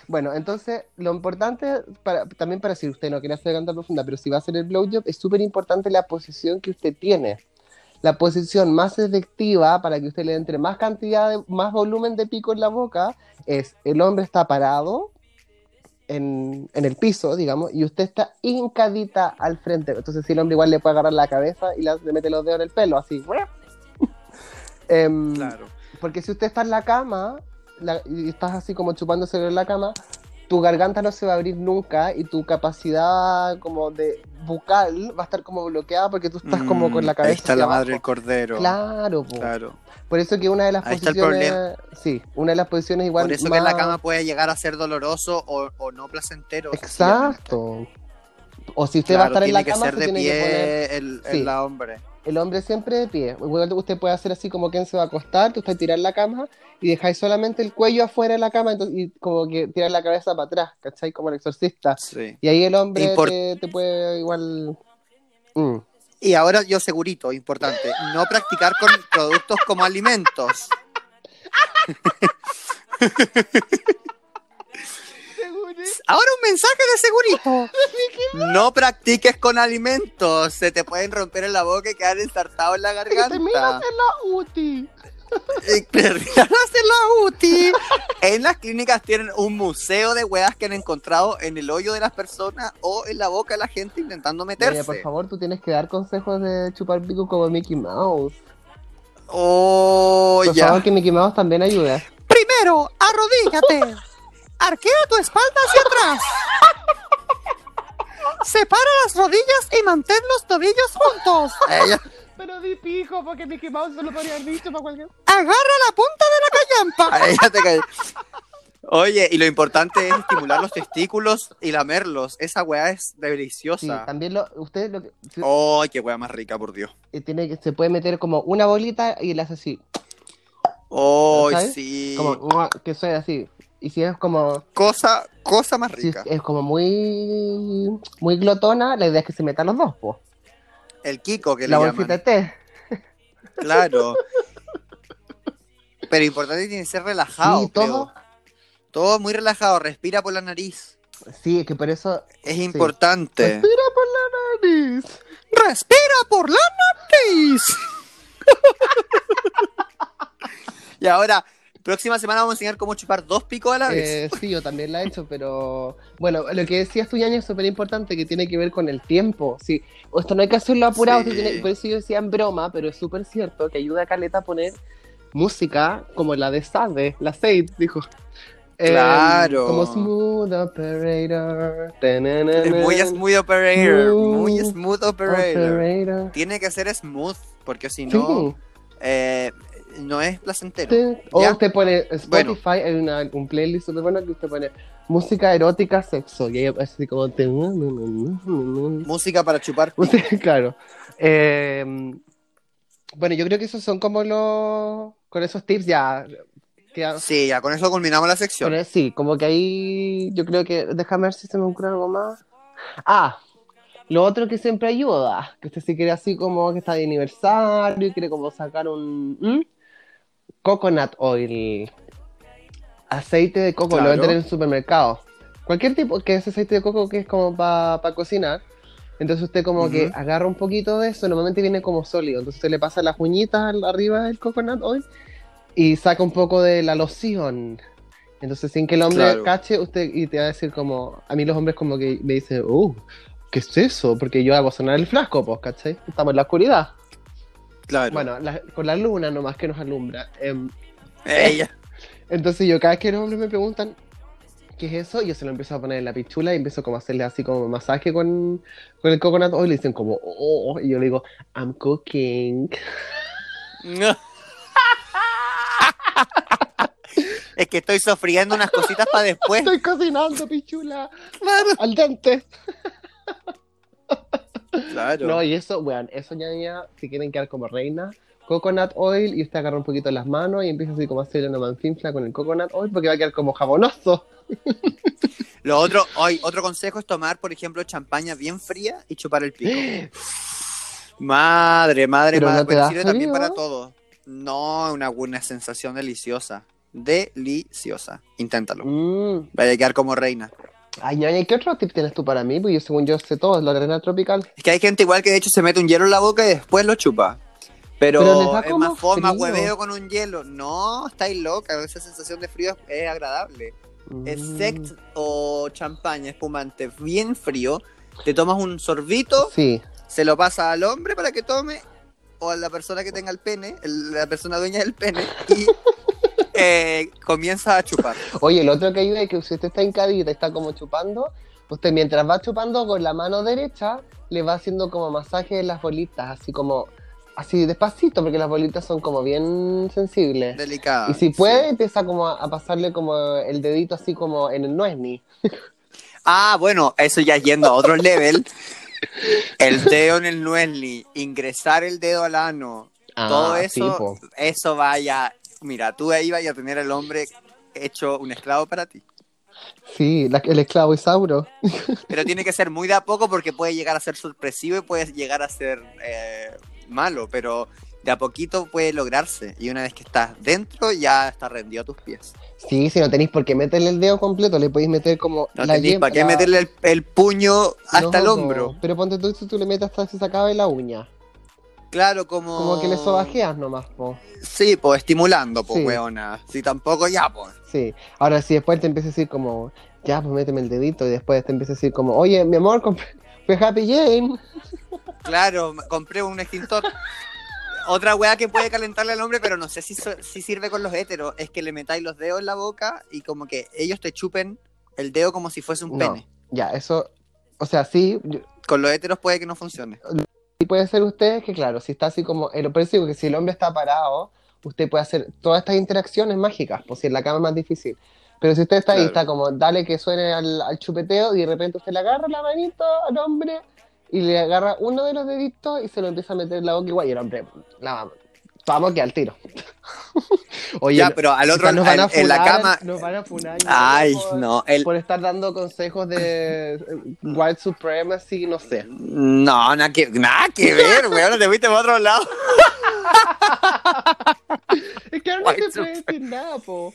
Speaker 1: Bueno, entonces lo importante, para, también para si usted no quiere hacer garganta profunda, pero si va a hacer el blowjob, es súper importante la posición que usted tiene. La posición más efectiva para que usted le entre más cantidad, de, más volumen de pico en la boca, es el hombre está parado en, en el piso, digamos, y usted está hincadita al frente. Entonces, si el hombre igual le puede agarrar la cabeza y la- le mete los dedos en el pelo, así. Em,
Speaker 2: Claro.
Speaker 1: porque si usted está en la cama la- y estás así como chupándose en la cama, tu garganta no se va a abrir nunca y tu capacidad como de bucal va a estar como bloqueada porque tú estás como con la
Speaker 2: Mm,
Speaker 1: cabeza.
Speaker 2: Ahí está
Speaker 1: hacia
Speaker 2: la madre del
Speaker 1: abajo.
Speaker 2: cordero.
Speaker 1: Claro, po.
Speaker 2: Claro.
Speaker 1: por eso que una de las
Speaker 2: Ahí está el
Speaker 1: posiciones, sí, una de las posiciones igual
Speaker 2: Por eso que
Speaker 1: más-
Speaker 2: en la cama puede llegar a ser doloroso o, o no placentero.
Speaker 1: exacto. O si usted
Speaker 2: Claro,
Speaker 1: va a estar en
Speaker 2: tiene
Speaker 1: la cama,
Speaker 2: que
Speaker 1: se
Speaker 2: ser de
Speaker 1: tiene
Speaker 2: pie
Speaker 1: que poner
Speaker 2: el,
Speaker 1: Sí.
Speaker 2: el la hombre.
Speaker 1: El hombre siempre de pie. Igual Usted puede hacer así como quien se va a acostar, que usted tirar la cama y dejáis solamente el cuello afuera de la cama entonces, y como que tirar la cabeza para atrás, ¿cachai? Como el exorcista.
Speaker 2: Sí.
Speaker 1: Y ahí el hombre
Speaker 2: Import-
Speaker 1: te, te puede igual... Mm.
Speaker 2: Y ahora yo segurito, importante, no practicar con productos como alimentos. Ahora un mensaje de
Speaker 1: Oh.
Speaker 2: segurito. No practiques con alimentos. Se te pueden romper en la boca y quedar ensartado en la
Speaker 1: Que termina
Speaker 2: garganta.
Speaker 1: en la UTI.
Speaker 2: Eh, terminaron de hacer la UTI. En las clínicas tienen un museo de weas que han encontrado en el hoyo de las personas o en la boca de la gente intentando meterse.
Speaker 1: Oye, por favor, tú tienes que dar consejos de chupar pico como Mickey Mouse.
Speaker 2: Oh,
Speaker 1: Por
Speaker 2: ya.
Speaker 1: favor, que Mickey Mouse también ayuda.
Speaker 2: Primero, arrodíllate. Arquea tu espalda hacia atrás. Separa las rodillas y mantén los tobillos juntos.
Speaker 1: Pero di pico, porque Mickey Mouse no lo podría haber dicho para cualquier...
Speaker 2: Agarra la punta de la callampa. Oye, y lo importante es estimular los testículos y lamerlos. Esa weá es
Speaker 1: Sí,
Speaker 2: deliciosa.
Speaker 1: también lo, usted lo que, si-
Speaker 2: ¡Ay, qué weá más rica, por Dios!
Speaker 1: eh, tiene, que- se puede meter como una bolita y la hace así,
Speaker 2: ¡Ay,
Speaker 1: ¿Sabes?
Speaker 2: sí!
Speaker 1: como ¡mua! que suena así. Y si es como
Speaker 2: Cosa, cosa más
Speaker 1: si es,
Speaker 2: rica.
Speaker 1: es como muy muy glotona, la idea es que se metan los dos, po.
Speaker 2: El Kiko, que
Speaker 1: La
Speaker 2: le
Speaker 1: bolsita de
Speaker 2: llaman.
Speaker 1: té.
Speaker 2: Claro. Pero importante tiene que ser relajado.
Speaker 1: Sí,
Speaker 2: creo.
Speaker 1: todo.
Speaker 2: Todo muy relajado. Respira por la nariz.
Speaker 1: Sí, es que por eso
Speaker 2: Es importante.
Speaker 1: Respira por la nariz.
Speaker 2: ¡Respira por la nariz! y ahora, próxima semana vamos a enseñar cómo chupar dos picos a la vez.
Speaker 1: Eh, sí, yo también la he hecho, pero bueno, lo que decías tú, Ñaño, es súper importante, que tiene que ver con el tiempo. Sí, O esto no hay que hacerlo apurado,
Speaker 2: Sí.
Speaker 1: esto tiene- por eso yo decía en broma, pero es súper cierto que ayuda a Caleta a poner música como la de Sade, la Sade, dijo. Eh,
Speaker 2: Claro.
Speaker 1: como Smooth Operator.
Speaker 2: Es
Speaker 1: tananana,
Speaker 2: muy smooth operator. Muy
Speaker 1: Eh, Smooth
Speaker 2: smooth operator.
Speaker 1: operator.
Speaker 2: Tiene que ser smooth, porque si
Speaker 1: Sí.
Speaker 2: no, eh, no es placentero.
Speaker 1: Te- O
Speaker 2: ¿Ya?
Speaker 1: usted pone
Speaker 2: Bueno.
Speaker 1: Spotify, hay una, un playlist súper bueno que usted pone música erótica, sexo, y ahí así como... te- mm,
Speaker 2: Música para chupar picos.
Speaker 1: Usted, mm, claro. Eh, bueno, yo creo que esos son como los... Con esos tips ya... queda-
Speaker 2: Sí, ya con eso culminamos la sección.
Speaker 1: con- sí, como que ahí yo creo que... Déjame ver si se me ocurre algo más. Ah, lo otro que siempre ayuda, que usted si quiere así como que está de aniversario y quiere como sacar un... ¿Mm? Coconut oil. Aceite de coco,
Speaker 2: Claro.
Speaker 1: lo venden en el supermercado. Cualquier tipo, que es aceite de coco que es como para cocinar. Entonces usted como que
Speaker 2: Ujú.
Speaker 1: agarra un poquito de eso, normalmente viene como sólido. Entonces usted le pasa las uñitas al- arriba del coconut oil y saca un poco de la loción. Entonces sin que el hombre
Speaker 2: Claro.
Speaker 1: cache, usted y te va a decir como, a mí los hombres como que me dicen, uh, ¿qué es eso? Porque yo hago sonar el frasco, pues, ¿cachai? Estamos en la oscuridad.
Speaker 2: Claro.
Speaker 1: Bueno, la- con la luna nomás que nos alumbra. Em,
Speaker 2: Ella.
Speaker 1: entonces yo cada vez que los hombres me preguntan qué es eso, yo se lo empiezo a poner en la pichula y empiezo como a hacerle así como masaje con, con el coconut oil y dicen como, oh, y yo le digo, I'm cooking.
Speaker 2: es que estoy sofriendo unas cositas para después.
Speaker 1: Estoy cocinando, pichula. Al dente.
Speaker 2: Claro.
Speaker 1: No, y eso, weón, eso ya, ya, si quieren quedar como reina, coconut oil y usted agarra un poquito las manos y empieza así como a hacerle una manfinfla con el coconut oil porque va a quedar como jabonoso.
Speaker 2: Lo otro, hoy, otro consejo es tomar, por ejemplo, champaña bien fría y chupar el pico. Madre, madre,
Speaker 1: Pero
Speaker 2: madre.
Speaker 1: no te
Speaker 2: pero
Speaker 1: da
Speaker 2: sirve también
Speaker 1: frío.
Speaker 2: para todo. No, una, una sensación deliciosa. Deliciosa. Inténtalo.
Speaker 1: Mm.
Speaker 2: Vaya a quedar como reina.
Speaker 1: Ay, ñaña, ¿qué otro tip tienes tú para mí? Pues yo, según yo, sé todo, es la arena tropical.
Speaker 2: Es que hay gente igual que de hecho se mete un hielo en la boca y después lo chupa. Pero,
Speaker 1: Pero les da
Speaker 2: es
Speaker 1: como
Speaker 2: más forma,
Speaker 1: frío.
Speaker 2: hueveo con un hielo. No, estáis loca, esa sensación de frío es, es agradable.
Speaker 1: Mm.
Speaker 2: Es sect o champaña espumante bien frío. Te tomas un sorbito,
Speaker 1: Sí.
Speaker 2: se lo pasa al hombre para que tome, o a la persona que tenga el pene, el- la persona dueña del pene, y eh, comienza a chupar.
Speaker 1: Oye, el otro que ayuda es que si usted está hincadita y está como chupando, usted mientras va chupando con la mano derecha, le va haciendo como masaje de las bolitas, así como, así despacito, porque las bolitas son como bien sensibles.
Speaker 2: Delicada.
Speaker 1: Eh, y si
Speaker 2: Ah, sí.
Speaker 1: puede, empieza como a, a pasarle como el dedito así como en el nuezni.
Speaker 2: Ah, bueno, eso ya yendo a otro level. El dedo en el nuelli, ingresar el dedo al ano, todo eso, eso vaya. Mira, tú ahí vaya a tener el hombre hecho un esclavo para ti.
Speaker 1: Sí, la- el esclavo Isauro.
Speaker 2: Pero tiene que ser muy de a poco porque puede llegar a ser sorpresivo y puede llegar a ser eh, malo, pero de a poquito puede lograrse. Y una vez que estás dentro, ya está rendido a tus pies.
Speaker 1: Sí, si no tenéis por qué meterle el dedo completo, le podéis meter como
Speaker 2: No
Speaker 1: la
Speaker 2: tenéis
Speaker 1: yema-
Speaker 2: para qué
Speaker 1: la-
Speaker 2: meterle el, el puño hasta
Speaker 1: No,
Speaker 2: el
Speaker 1: no,
Speaker 2: hombro.
Speaker 1: Pero ponte tú, si tú le metes hasta que se acabe la uña.
Speaker 2: Claro, como.
Speaker 1: Como que le sobajeas nomás, po.
Speaker 2: Sí, pues estimulando, pues,
Speaker 1: Sí.
Speaker 2: weona. Si tampoco, ya, pues.
Speaker 1: Sí. Ahora, si después te empieza a decir como, ya, pues méteme el dedito, y después te empieza a decir como, oye, mi amor, compré fui a Happy Jane.
Speaker 2: Claro, me- compré un extintor. Otra wea que puede calentarle al hombre, pero no sé si, so- si sirve con los héteros, es que le metáis los dedos en la boca y como que ellos te chupen el dedo como si fuese
Speaker 1: No.
Speaker 2: un pene.
Speaker 1: Ya, eso, o sea, sí, yo-
Speaker 2: Con los héteros puede que no funcione.
Speaker 1: sí puede ser ustedes que, claro, si está así como, eh, el, por eso digo que si el hombre está parado, usted puede hacer todas estas interacciones mágicas, pues si en la cama es más difícil. Pero si usted está ahí,
Speaker 2: Claro.
Speaker 1: está como, dale que suene al, al chupeteo y de repente usted le agarra la manito al hombre y le agarra uno de los deditos y se lo empieza a meter en la boca igual y el hombre, la vamos, vamos que al tiro. Oye,
Speaker 2: ya, pero al otro,
Speaker 1: Quizás nos van a
Speaker 2: al- en la
Speaker 1: funar,
Speaker 2: cama.
Speaker 1: Nos van a funar. yo
Speaker 2: Ay,
Speaker 1: creo, por,
Speaker 2: no, el,
Speaker 1: Por estar dando consejos de eh, white supremacy, no sé.
Speaker 2: No, nada que, nada que ver, weón, te fuiste para otro lado.
Speaker 1: Es que ahora no
Speaker 2: White
Speaker 1: se puede decir nada, po.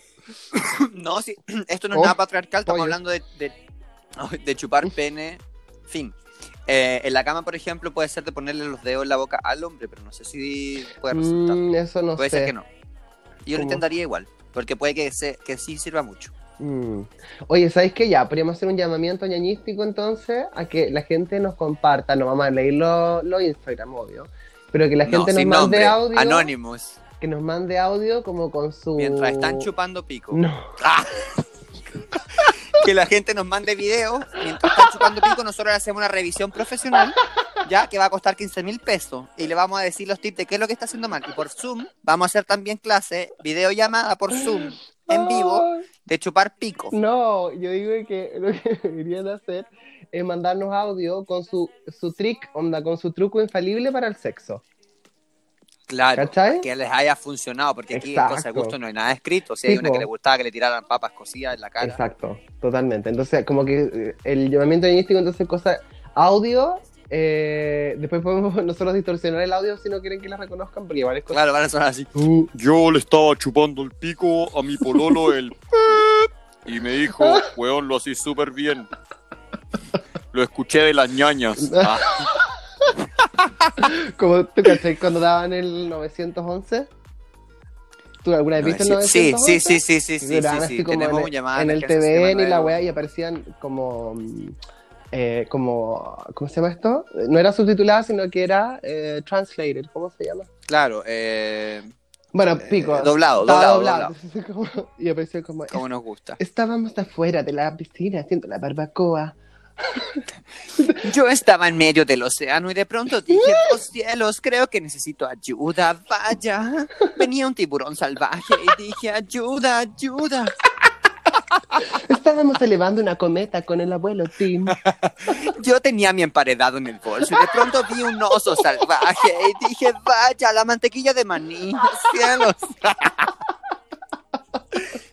Speaker 2: No, sí, esto no es
Speaker 1: Oh,
Speaker 2: nada patriarcal, estamos
Speaker 1: oye.
Speaker 2: hablando de, de, de chupar pene, fin. Eh, en la cama, por ejemplo, puede ser de ponerle los dedos en la boca al hombre, pero no sé si puede resultar.
Speaker 1: Mm, eso no
Speaker 2: puede
Speaker 1: sé.
Speaker 2: ser que no. Yo lo
Speaker 1: ¿Cómo?
Speaker 2: intentaría igual, porque puede que, se, que sí sirva mucho.
Speaker 1: Mm. Oye, ¿sabéis qué? Ya, podríamos hacer un llamamiento ñañístico entonces a que la gente nos comparta. No vamos a leer los lo Instagram, obvio. Pero que la gente nos
Speaker 2: sin
Speaker 1: mande
Speaker 2: nombre,
Speaker 1: audio.
Speaker 2: Anonymous,
Speaker 1: Que nos mande audio como con su.
Speaker 2: mientras están chupando pico.
Speaker 1: Uh, No.
Speaker 2: Ah. que la gente nos mande videos mientras están chupando pico, nosotros le hacemos una revisión profesional, ya que va a costar 15 mil pesos y le vamos a decir los tips de qué es lo que está haciendo mal. Y por Zoom vamos a hacer también clase, videollamada por Zoom, en vivo,
Speaker 1: Ay.
Speaker 2: de chupar pico.
Speaker 1: No, yo digo que lo que deberían hacer es mandarnos audio con su, su trick, onda, con su truco infalible para el sexo.
Speaker 2: Claro,
Speaker 1: ¿Cachai?
Speaker 2: que les haya funcionado, porque aquí en cosa de
Speaker 1: Exacto.
Speaker 2: gusto no hay nada escrito. Si
Speaker 1: Sí,
Speaker 2: hay una
Speaker 1: po.
Speaker 2: que le gustaba que le tiraran papas cocidas en la cara.
Speaker 1: Exacto, totalmente. Entonces, como que eh, el llamamiento ñañístico, entonces, cosa audio, eh, después podemos nosotros distorsionar el audio si no quieren que la reconozcan, porque igual es cosa...
Speaker 2: Claro, van a sonar así.
Speaker 1: Uh,
Speaker 4: Yo le estaba chupando el pico a mi pololo el... Y me dijo, weón, lo así súper bien. Lo escuché de las ñañas. Ah,
Speaker 1: como tú cachai cuando daban el 911. ¿Tú alguna vez viste el
Speaker 2: Sí,
Speaker 1: 911?
Speaker 2: sí, sí, sí, sí,
Speaker 1: Y
Speaker 2: sí,
Speaker 1: duraban
Speaker 2: sí,
Speaker 1: así
Speaker 2: sí.
Speaker 1: como
Speaker 2: Tenemos
Speaker 1: en,
Speaker 2: un llamado
Speaker 1: en
Speaker 2: de
Speaker 1: el
Speaker 2: emergencia
Speaker 1: TVN y la
Speaker 2: 911.
Speaker 1: wea y aparecían como mm, eh, como ¿cómo se llama esto? No era subtitulada sino que era eh, translated, ¿cómo se llama?
Speaker 2: Claro, eh,
Speaker 1: Bueno,
Speaker 2: Eh,
Speaker 1: pico.
Speaker 2: doblado,
Speaker 1: estaba
Speaker 2: doblado,
Speaker 1: Como- y apareció como
Speaker 2: como nos gusta.
Speaker 1: estábamos afuera de la piscina haciendo la barbacoa.
Speaker 2: Yo estaba en medio del océano y de pronto dije, oh cielos, creo que necesito ayuda, vaya. Venía un tiburón salvaje y dije, ayuda, ayuda.
Speaker 1: Estábamos elevando una cometa con el abuelo Tim.
Speaker 2: Yo tenía mi emparedado en el bolso y de pronto vi un oso salvaje y dije, vaya, la mantequilla de maní, cielos.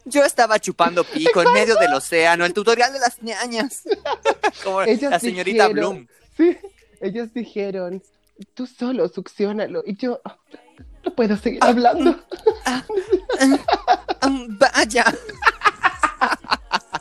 Speaker 2: Yo estaba chupando pico en medio del océano, el tutorial de las ñañas. Como
Speaker 1: Ellas
Speaker 2: la señorita
Speaker 1: dijeron-
Speaker 2: Bloom.
Speaker 1: Sí, ellos dijeron, tú solo succionalo y yo "Ah, no puedo seguir
Speaker 2: Ah,
Speaker 1: hablando.
Speaker 2: Mm, Vaya.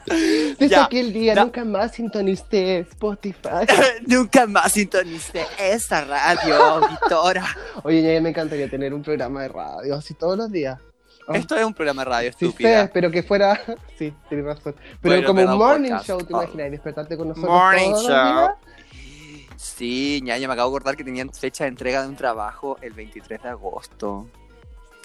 Speaker 1: Desde
Speaker 2: Ya,
Speaker 1: aquel día
Speaker 2: no.
Speaker 1: nunca más sintonicé Spotify.
Speaker 2: Nunca más sintonicé esa radio, auditora.
Speaker 1: Oye, ya me encantaría tener un programa de radio así todos los días. Ah.
Speaker 2: Oh. Esto es un programa de radio
Speaker 1: Sí sé,
Speaker 2: estúpida.
Speaker 1: pero que fuera... Sí, tienes razón. Pero
Speaker 2: Bueno,
Speaker 1: como
Speaker 2: pero
Speaker 1: un morning
Speaker 2: podcast,
Speaker 1: show, ¿te
Speaker 2: ah.
Speaker 1: imaginas? Y despertarte con nosotros
Speaker 2: Morning
Speaker 1: todos los
Speaker 2: show.
Speaker 1: días.
Speaker 2: Sí, ñaña, me acabo de acordar que tenían fecha de entrega de un trabajo el 23 de agosto.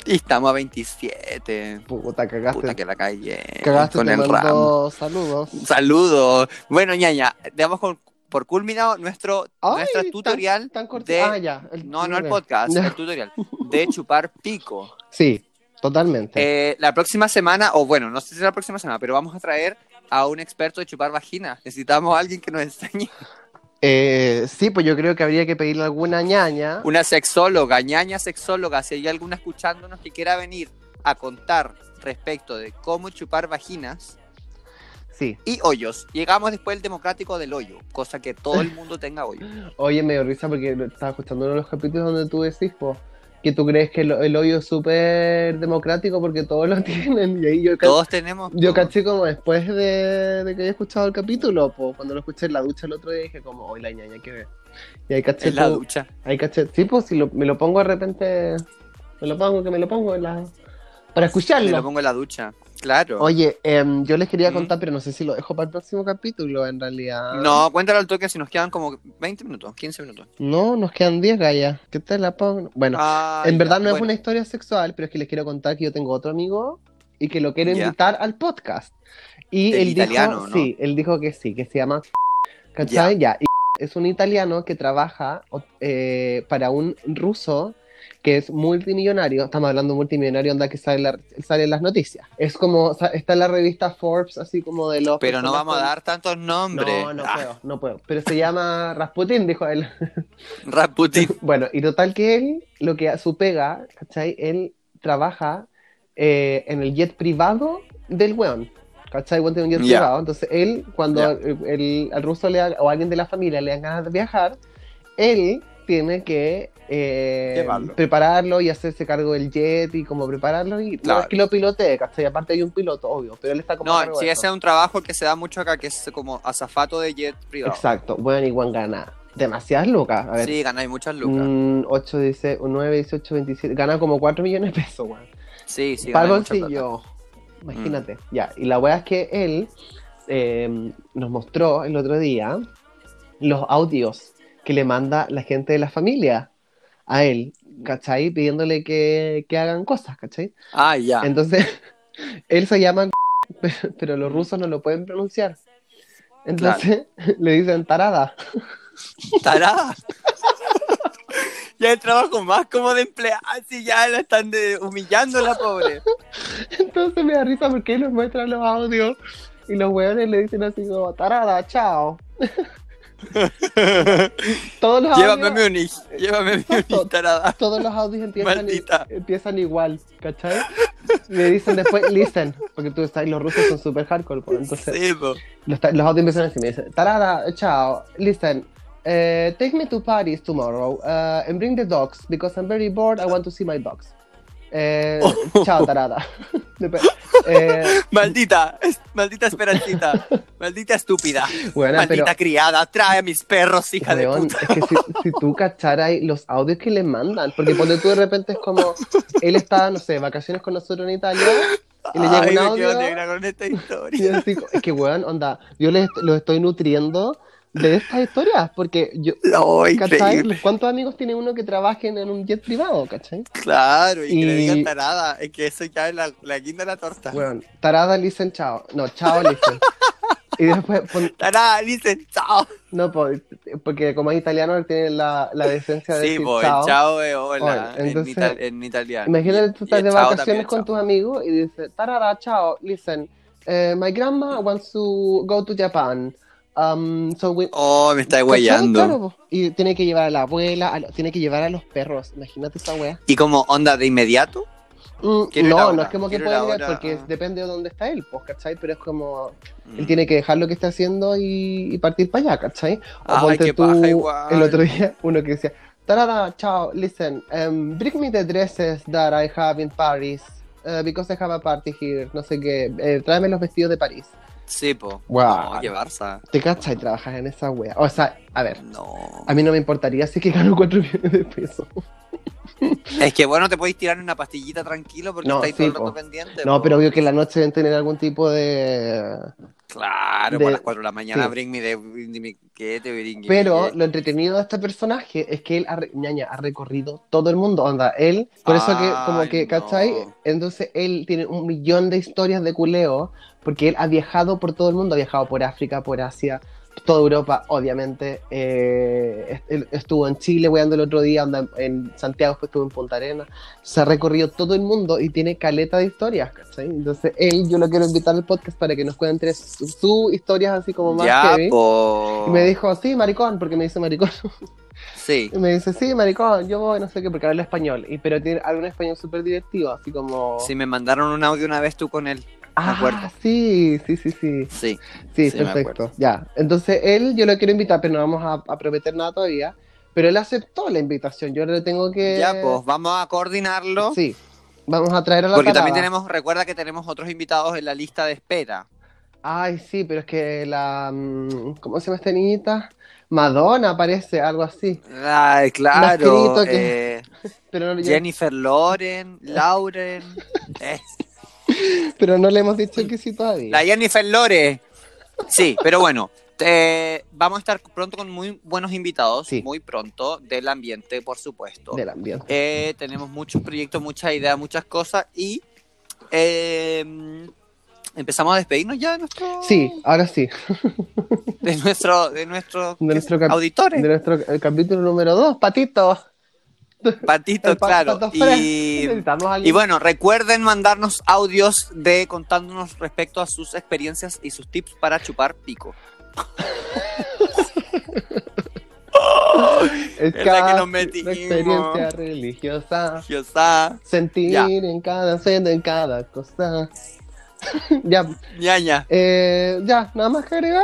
Speaker 2: Y estamos a 27.
Speaker 1: Puta, cagaste.
Speaker 2: Puta que la calle.
Speaker 1: Cagaste
Speaker 2: con
Speaker 1: te
Speaker 2: el RAM.
Speaker 1: mando Saludos.
Speaker 2: Saludos. Bueno, ñaña, damos con- por culminado nuestro,
Speaker 1: Ay,
Speaker 2: nuestro
Speaker 1: tan-
Speaker 2: tutorial.
Speaker 1: Tan corto.
Speaker 2: de-
Speaker 1: Ah, ya. el-
Speaker 2: No, no el podcast, el tutorial. De chupar pico.
Speaker 1: Sí, totalmente.
Speaker 2: Eh, la próxima semana, o bueno, no sé si es la próxima semana, pero vamos a traer a un experto de chupar vagina. Necesitamos a alguien que nos enseñe.
Speaker 1: Eh, sí, pues yo creo que habría que pedirle alguna ñaña.
Speaker 2: Una sexóloga, ñaña sexóloga, si hay alguna escuchándonos que quiera venir a contar respecto de cómo chupar vaginas
Speaker 1: Sí.
Speaker 2: y hoyos. Llegamos después del democrático del hoyo, cosa que todo el mundo tenga hoyo.
Speaker 1: Oye, me dio risa porque lo- estaba escuchando uno de los capítulos donde tú decís, po, que tú crees que el, el hoyo es súper democrático porque todos lo tienen. Y ahí yo, ca-
Speaker 2: Todos tenemos.
Speaker 1: yo
Speaker 2: po.
Speaker 1: caché como después de, de que haya escuchado el capítulo, po, cuando lo escuché en la ducha el otro día, dije como, hoy la ñaña que ve. Y ahí caché,
Speaker 2: En la
Speaker 1: como-
Speaker 2: ducha.
Speaker 1: ahí caché, sí, pues si lo- me lo pongo de repente, me lo pongo, que me lo pongo en la... para
Speaker 2: Me
Speaker 1: escucharlo.
Speaker 2: lo pongo en la ducha. Claro.
Speaker 1: Oye, em, yo les quería
Speaker 2: ¿Mm?
Speaker 1: contar, pero no sé si lo dejo para el próximo capítulo, en realidad.
Speaker 2: No, cuéntalo al toque si nos quedan como 20 minutos, 15 minutos.
Speaker 1: No, nos quedan 10 gallas. ¿Qué te la pongo? Bueno, en verdad no es una
Speaker 2: historia.
Speaker 1: historia sexual, pero es que les quiero contar que yo tengo otro amigo y que lo quiero
Speaker 2: Ya.
Speaker 1: invitar al podcast. Y
Speaker 2: Del
Speaker 1: él dijo,
Speaker 2: italiano, ¿no?
Speaker 1: sí, él dijo que sí, que se llama... ¿Cachai? Ya. Y es un italiano que trabaja o- eh, para un ruso que es multimillonario. Estamos hablando de multimillonario, onda que sale, la- sale en las noticias. Es como, sa- está en la revista Forbes, así como de los...
Speaker 2: Pero
Speaker 1: personas
Speaker 2: no vamos a
Speaker 1: con-
Speaker 2: dar tantos nombres.
Speaker 1: No, no
Speaker 2: Ah,
Speaker 1: puedo, no puedo. Pero se llama Rasputin, dijo él.
Speaker 2: Rasputin.
Speaker 1: Bueno, y total que él, lo que su pega, ¿cachai? Él trabaja eh, en el jet privado del weón. ¿Cachai? Weón tiene un jet
Speaker 2: Ya.
Speaker 1: privado. Entonces él, cuando
Speaker 2: Ya.
Speaker 1: el, el- al ruso le da- o a alguien de la familia le dan ganas de viajar, él tiene que eh,
Speaker 2: Llevarlo.
Speaker 1: prepararlo y hacerse cargo del jet y como prepararlo y no
Speaker 2: Claro.
Speaker 1: es que lo pilotee, ¿cachai? Aparte hay un piloto, obvio, pero él está como a
Speaker 2: No,
Speaker 1: cargo
Speaker 2: si
Speaker 1: de
Speaker 2: ese
Speaker 1: eso.
Speaker 2: es un trabajo que se da mucho acá, que es como azafato de jet privado.
Speaker 1: Exacto, bueno, igual gana demasiadas lucas. A ver,
Speaker 2: Sí, ganáis muchas lucas.
Speaker 1: Mm, 8, 10, 9, 18, 27. Gana como 4 millones de pesos, weón.
Speaker 2: Sí, sí,
Speaker 1: Para el
Speaker 2: ganáis mucha plata. Mm.
Speaker 1: bolsillo. Imagínate. Ya. Y la weá es que él eh, nos mostró el otro día los audios que le manda la gente de la familia a él, ¿cachai? Pidiéndole que, que hagan cosas, ¿cachai?
Speaker 2: Ah, ya.
Speaker 1: Entonces, él se llama, pero, pero los rusos no lo pueden pronunciar. Entonces, le dicen tarada.
Speaker 2: Tarada. ya el trabajo más como de empleada. Sí, ya la están de- humillando la pobre.
Speaker 1: Entonces me da risa porque nos muestran los audios y los hueones le dicen así como, tarada, chao. todos, los
Speaker 2: llévame a
Speaker 1: audios,
Speaker 2: Múnich. Llévame a Múnich, tarada.
Speaker 1: todos los audios empiezan, i-
Speaker 2: Maldita.
Speaker 1: empiezan igual, ¿cachai? Le dicen después, listen, porque tú sabes, los rusos son súper hardcore, pues, entonces
Speaker 2: Sí, po.
Speaker 1: los, ta- los audios empiezan así, me dicen, tarada, chao, listen. eh, take me to Paris tomorrow uh, and bring the dogs because I'm very bored. I want to see my dogs. Eh, Chao, tarada. Después, eh,
Speaker 2: Maldita, es- maldita esperancita, maldita estúpida,
Speaker 1: Buena,
Speaker 2: maldita
Speaker 1: pero-
Speaker 2: criada, trae a mis perros, hija de
Speaker 1: Weón,
Speaker 2: puta.
Speaker 1: es que si, si tú cacharas los audios que le mandan, porque cuando tú de repente es como, él está, no sé, de vacaciones con nosotros en Italia, y le llega
Speaker 2: Ay,
Speaker 1: un
Speaker 2: me quedo
Speaker 1: audio,
Speaker 2: negra con esta
Speaker 1: y
Speaker 2: historia.
Speaker 1: así, es que weón, onda, yo les, los estoy nutriendo de estas historias, porque yo,
Speaker 2: No, increíble.
Speaker 1: ¿cachai? ¿Cuántos amigos tiene uno que trabajen en un jet privado, cachai?
Speaker 2: Claro, y, que le
Speaker 1: Y-
Speaker 2: digan tarada, es que eso ya es la, la guinda de la torta.
Speaker 1: Weón, tarada, dicen chao, no, chao, dicen. Y después, pon-
Speaker 2: Tarada, dicen chao.
Speaker 1: no, po- porque como es italiano, tiene la, la decencia de
Speaker 2: Sí,
Speaker 1: decir
Speaker 2: po,
Speaker 1: chao.
Speaker 2: el chao es hola,
Speaker 1: Hola,
Speaker 2: en
Speaker 1: entonces,
Speaker 2: ital- en italiano.
Speaker 1: Imagínate tú
Speaker 2: Y- y
Speaker 1: estás
Speaker 2: el
Speaker 1: de
Speaker 2: chao
Speaker 1: vacaciones
Speaker 2: también,
Speaker 1: con
Speaker 2: chao.
Speaker 1: tus amigos y dices, tarara, chao, listen, eh, my grandma wants to go to Japan. Um, so we...
Speaker 2: Oh, me está
Speaker 1: ¿Cachai?
Speaker 2: huellando.
Speaker 1: Claro, po. y tiene que llevar a la abuela, a lo- tiene que llevar a los perros, imagínate esa wea.
Speaker 2: Y como onda de inmediato,
Speaker 1: Mm,
Speaker 2: Quiero ir
Speaker 1: no,
Speaker 2: ahora,
Speaker 1: no es como que
Speaker 2: quiero ir
Speaker 1: pueda llegar
Speaker 2: ahora,
Speaker 1: porque
Speaker 2: ah.
Speaker 1: depende de dónde está él, pues, ¿cachai? Pero es como, él
Speaker 2: Mm.
Speaker 1: tiene que dejar lo que está haciendo y, y partir para allá, ¿cachai? O
Speaker 2: Ay, qué
Speaker 1: tú,
Speaker 2: paja, igual.
Speaker 1: el otro día, uno que decía, tarara, chao, listen, um, bring me the dresses that I have in Paris, uh, because I have a party here, no sé qué, eh, tráeme los vestidos de París.
Speaker 2: sí, po.
Speaker 1: Guau.
Speaker 2: No, qué Barça.
Speaker 1: ¿Te cachai? Trabajas en esa wea. O sea, a ver,
Speaker 2: No.
Speaker 1: a mí no me importaría si es que gano 4 millones de pesos.
Speaker 2: Es que bueno, te podéis tirar una pastillita tranquilo porque
Speaker 1: No,
Speaker 2: estáis
Speaker 1: sí,
Speaker 2: todo el rato
Speaker 1: po.
Speaker 2: pendiente.
Speaker 1: No,
Speaker 2: po.
Speaker 1: pero obvio que en la noche deben tener algún tipo de...
Speaker 2: Claro,
Speaker 1: De-
Speaker 2: para las 4 de la mañana,
Speaker 1: sí.
Speaker 2: bring me de bring me que te bring me
Speaker 1: Pero
Speaker 2: que.
Speaker 1: lo entretenido de este personaje es que él ha, re- ñaña, ha recorrido todo el mundo. Onda, él, por eso que, como
Speaker 2: Ay,
Speaker 1: que,
Speaker 2: no.
Speaker 1: ¿cachai? Entonces él tiene un millón de historias de culeo, porque él ha viajado por todo el mundo, ha viajado por África, por Asia, toda Europa, obviamente. Eh, est- él estuvo en Chile, weando el otro día, onda, en Santiago, después estuvo en Punta Arenas. Se ha recorrido todo el mundo y tiene caleta de historias, ¿cachai? Entonces él, yo lo quiero invitar al podcast para que nos cuente sus historias así como más
Speaker 2: ya,
Speaker 1: heavy.
Speaker 2: po.
Speaker 1: Y me dijo, sí, maricón, porque me dice maricón.
Speaker 2: Sí.
Speaker 1: Y me dice, sí, maricón, yo voy, no sé qué, porque habla español. Y, pero tiene habla un español súper directivo, así como...
Speaker 2: Sí, me mandaron un audio una vez tú con él.
Speaker 1: ah,
Speaker 2: acuerdo.
Speaker 1: sí, sí, sí, sí.
Speaker 2: Sí.
Speaker 1: Sí,
Speaker 2: Sí, me
Speaker 1: perfecto.
Speaker 2: acuerdo.
Speaker 1: Ya. Entonces él, yo lo quiero invitar, pero no vamos a, a prometer nada todavía. Pero él aceptó la invitación, yo le tengo que...
Speaker 2: Ya, pues vamos a coordinarlo.
Speaker 1: Eh, Sí, vamos a traer a la
Speaker 2: Porque
Speaker 1: tarada.
Speaker 2: también tenemos, recuerda que tenemos otros invitados en la lista de espera.
Speaker 1: Ay, sí, pero es que la... mm, ¿Cómo se llama esta niñita? Madonna parece, algo así.
Speaker 2: Ay, claro.
Speaker 1: Más querido que-
Speaker 2: eh,
Speaker 1: Pero no, yo-
Speaker 2: Jennifer Loren, Lauren. eh,
Speaker 1: pero no le hemos dicho que sí todavía.
Speaker 2: la Jennifer Lore. Sí, pero bueno. eh, vamos a estar pronto con muy buenos invitados,
Speaker 1: Sí.
Speaker 2: muy pronto, del ambiente, por supuesto.
Speaker 1: Del ambiente.
Speaker 2: Eh, tenemos muchos proyectos, muchas ideas, muchas cosas y eh, empezamos a despedirnos ya de nuestro,
Speaker 1: Sí, ahora sí.
Speaker 2: de nuestro, de nuestro,
Speaker 1: De nuestro cap-
Speaker 2: auditores.
Speaker 1: De nuestro el capítulo número 2, patito.
Speaker 2: Patito,
Speaker 1: El pa-
Speaker 2: claro.
Speaker 1: Pato Fran.
Speaker 2: Y,
Speaker 1: Necesitamos a alguien.
Speaker 2: y bueno, recuerden mandarnos audios de contándonos respecto a sus experiencias y sus tips para chupar pico.
Speaker 1: Es
Speaker 2: ¿verdad que
Speaker 1: casi
Speaker 2: nos metimos?
Speaker 1: Una experiencia religiosa.
Speaker 2: Ya está.
Speaker 1: Sentir
Speaker 2: Ya.
Speaker 1: en cada senda, en cada cosa. ya,
Speaker 2: Ñaña,
Speaker 1: eh, ya, nada más que agregar.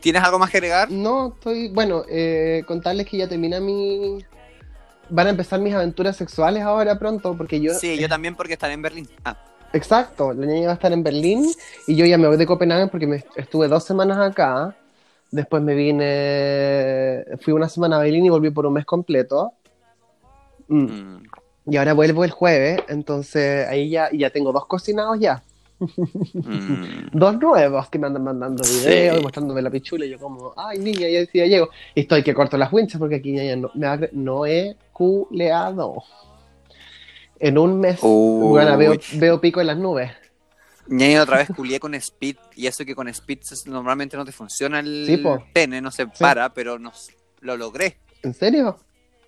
Speaker 2: ¿tienes algo más que agregar?
Speaker 1: No, estoy. Bueno, eh, contarles que ya termina mi. Van a empezar mis aventuras sexuales ahora pronto, porque yo. eh.
Speaker 2: Sí, yo también porque estaré en Berlín. Ah,
Speaker 1: Exacto, la niña va a estar en Berlín y yo ya me voy de Copenhague porque me estuve dos semanas acá. Después me vine, fui una semana a Berlín y volví por un mes completo. Mm,
Speaker 2: mm.
Speaker 1: Y ahora vuelvo el jueves, entonces ahí ya, y ya tengo dos cocinados ya.
Speaker 2: Mm.
Speaker 1: Dos nuevos que me andan mandando videos
Speaker 2: Sí.
Speaker 1: y mostrándome la pichula y yo como, ay niña, ya, sí, ya llego. Y estoy que corto las winchas porque aquí ya, ya no, me va a cre- no he culeado. En un mes,
Speaker 2: Uy.
Speaker 1: bueno, veo, veo pico en las nubes.
Speaker 2: Ñaña, otra vez culié con Speed. Y eso que con Speed se- normalmente no te funciona el
Speaker 1: Sí, po.
Speaker 2: pene, no se para, pero nos, lo logré.
Speaker 1: ¿En serio?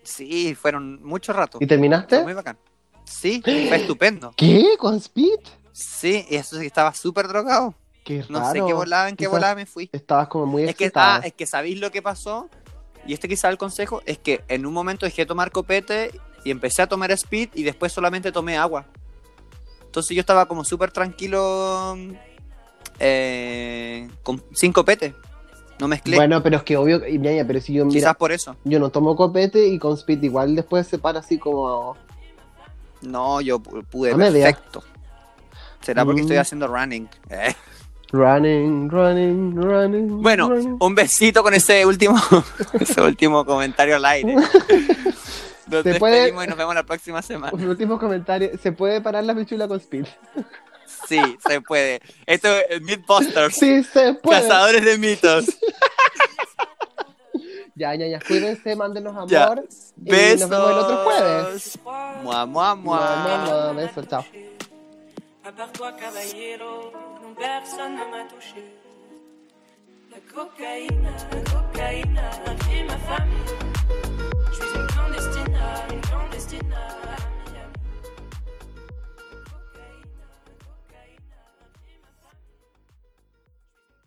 Speaker 2: Sí, fueron mucho rato.
Speaker 1: ¿Y terminaste?
Speaker 2: Fue muy bacán. Sí, fue estupendo.
Speaker 1: ¿Qué? ¿Con Speed?
Speaker 2: Sí, y eso sí que estaba súper drogado.
Speaker 1: Qué
Speaker 2: No
Speaker 1: raro.
Speaker 2: sé qué volada, en qué
Speaker 1: Quizás
Speaker 2: volada me fui.
Speaker 1: Estabas como muy
Speaker 2: Es que,
Speaker 1: excitada.
Speaker 2: ah, es que sabéis lo que pasó. Y este quizá el consejo es que en un momento dejé de tomar copete y empecé a tomar speed y después solamente tomé agua. Entonces yo estaba como súper tranquilo eh, con- sin copete. No mezclé.
Speaker 1: Bueno, pero es que obvio, y ñaña, pero si yo
Speaker 2: quizás
Speaker 1: mira,
Speaker 2: por eso.
Speaker 1: yo no tomo copete y con Speed igual después se para así como...
Speaker 2: No, yo pu- pude
Speaker 1: A media.
Speaker 2: perfecto. Será porque
Speaker 1: Mm.
Speaker 2: estoy haciendo running. Eh.
Speaker 1: Running, running, running.
Speaker 2: Bueno,
Speaker 1: running.
Speaker 2: un besito con ese último, ese último comentario al aire. Nos
Speaker 1: Se puede-
Speaker 2: despedimos y nos vemos la próxima semana.
Speaker 1: Un último comentario. ¿Se puede parar la pichula con Speed?
Speaker 2: Sí, se puede. Esto es Mythbusters.
Speaker 1: Sí, se puede.
Speaker 2: Cazadores de mitos.
Speaker 1: Ya, ya, ya. Cuídense, mándenos amor.
Speaker 2: Ya.
Speaker 1: Y nos vemos el otro
Speaker 2: Besos.
Speaker 1: jueves.
Speaker 2: Mua,
Speaker 1: Mua,
Speaker 2: mua,
Speaker 1: mua, mua.
Speaker 2: mua.
Speaker 1: Besos, chao.
Speaker 3: À part toi, caballero, non, personne ne m'a touché. La cocaïne, la cocaïne a pris ma femme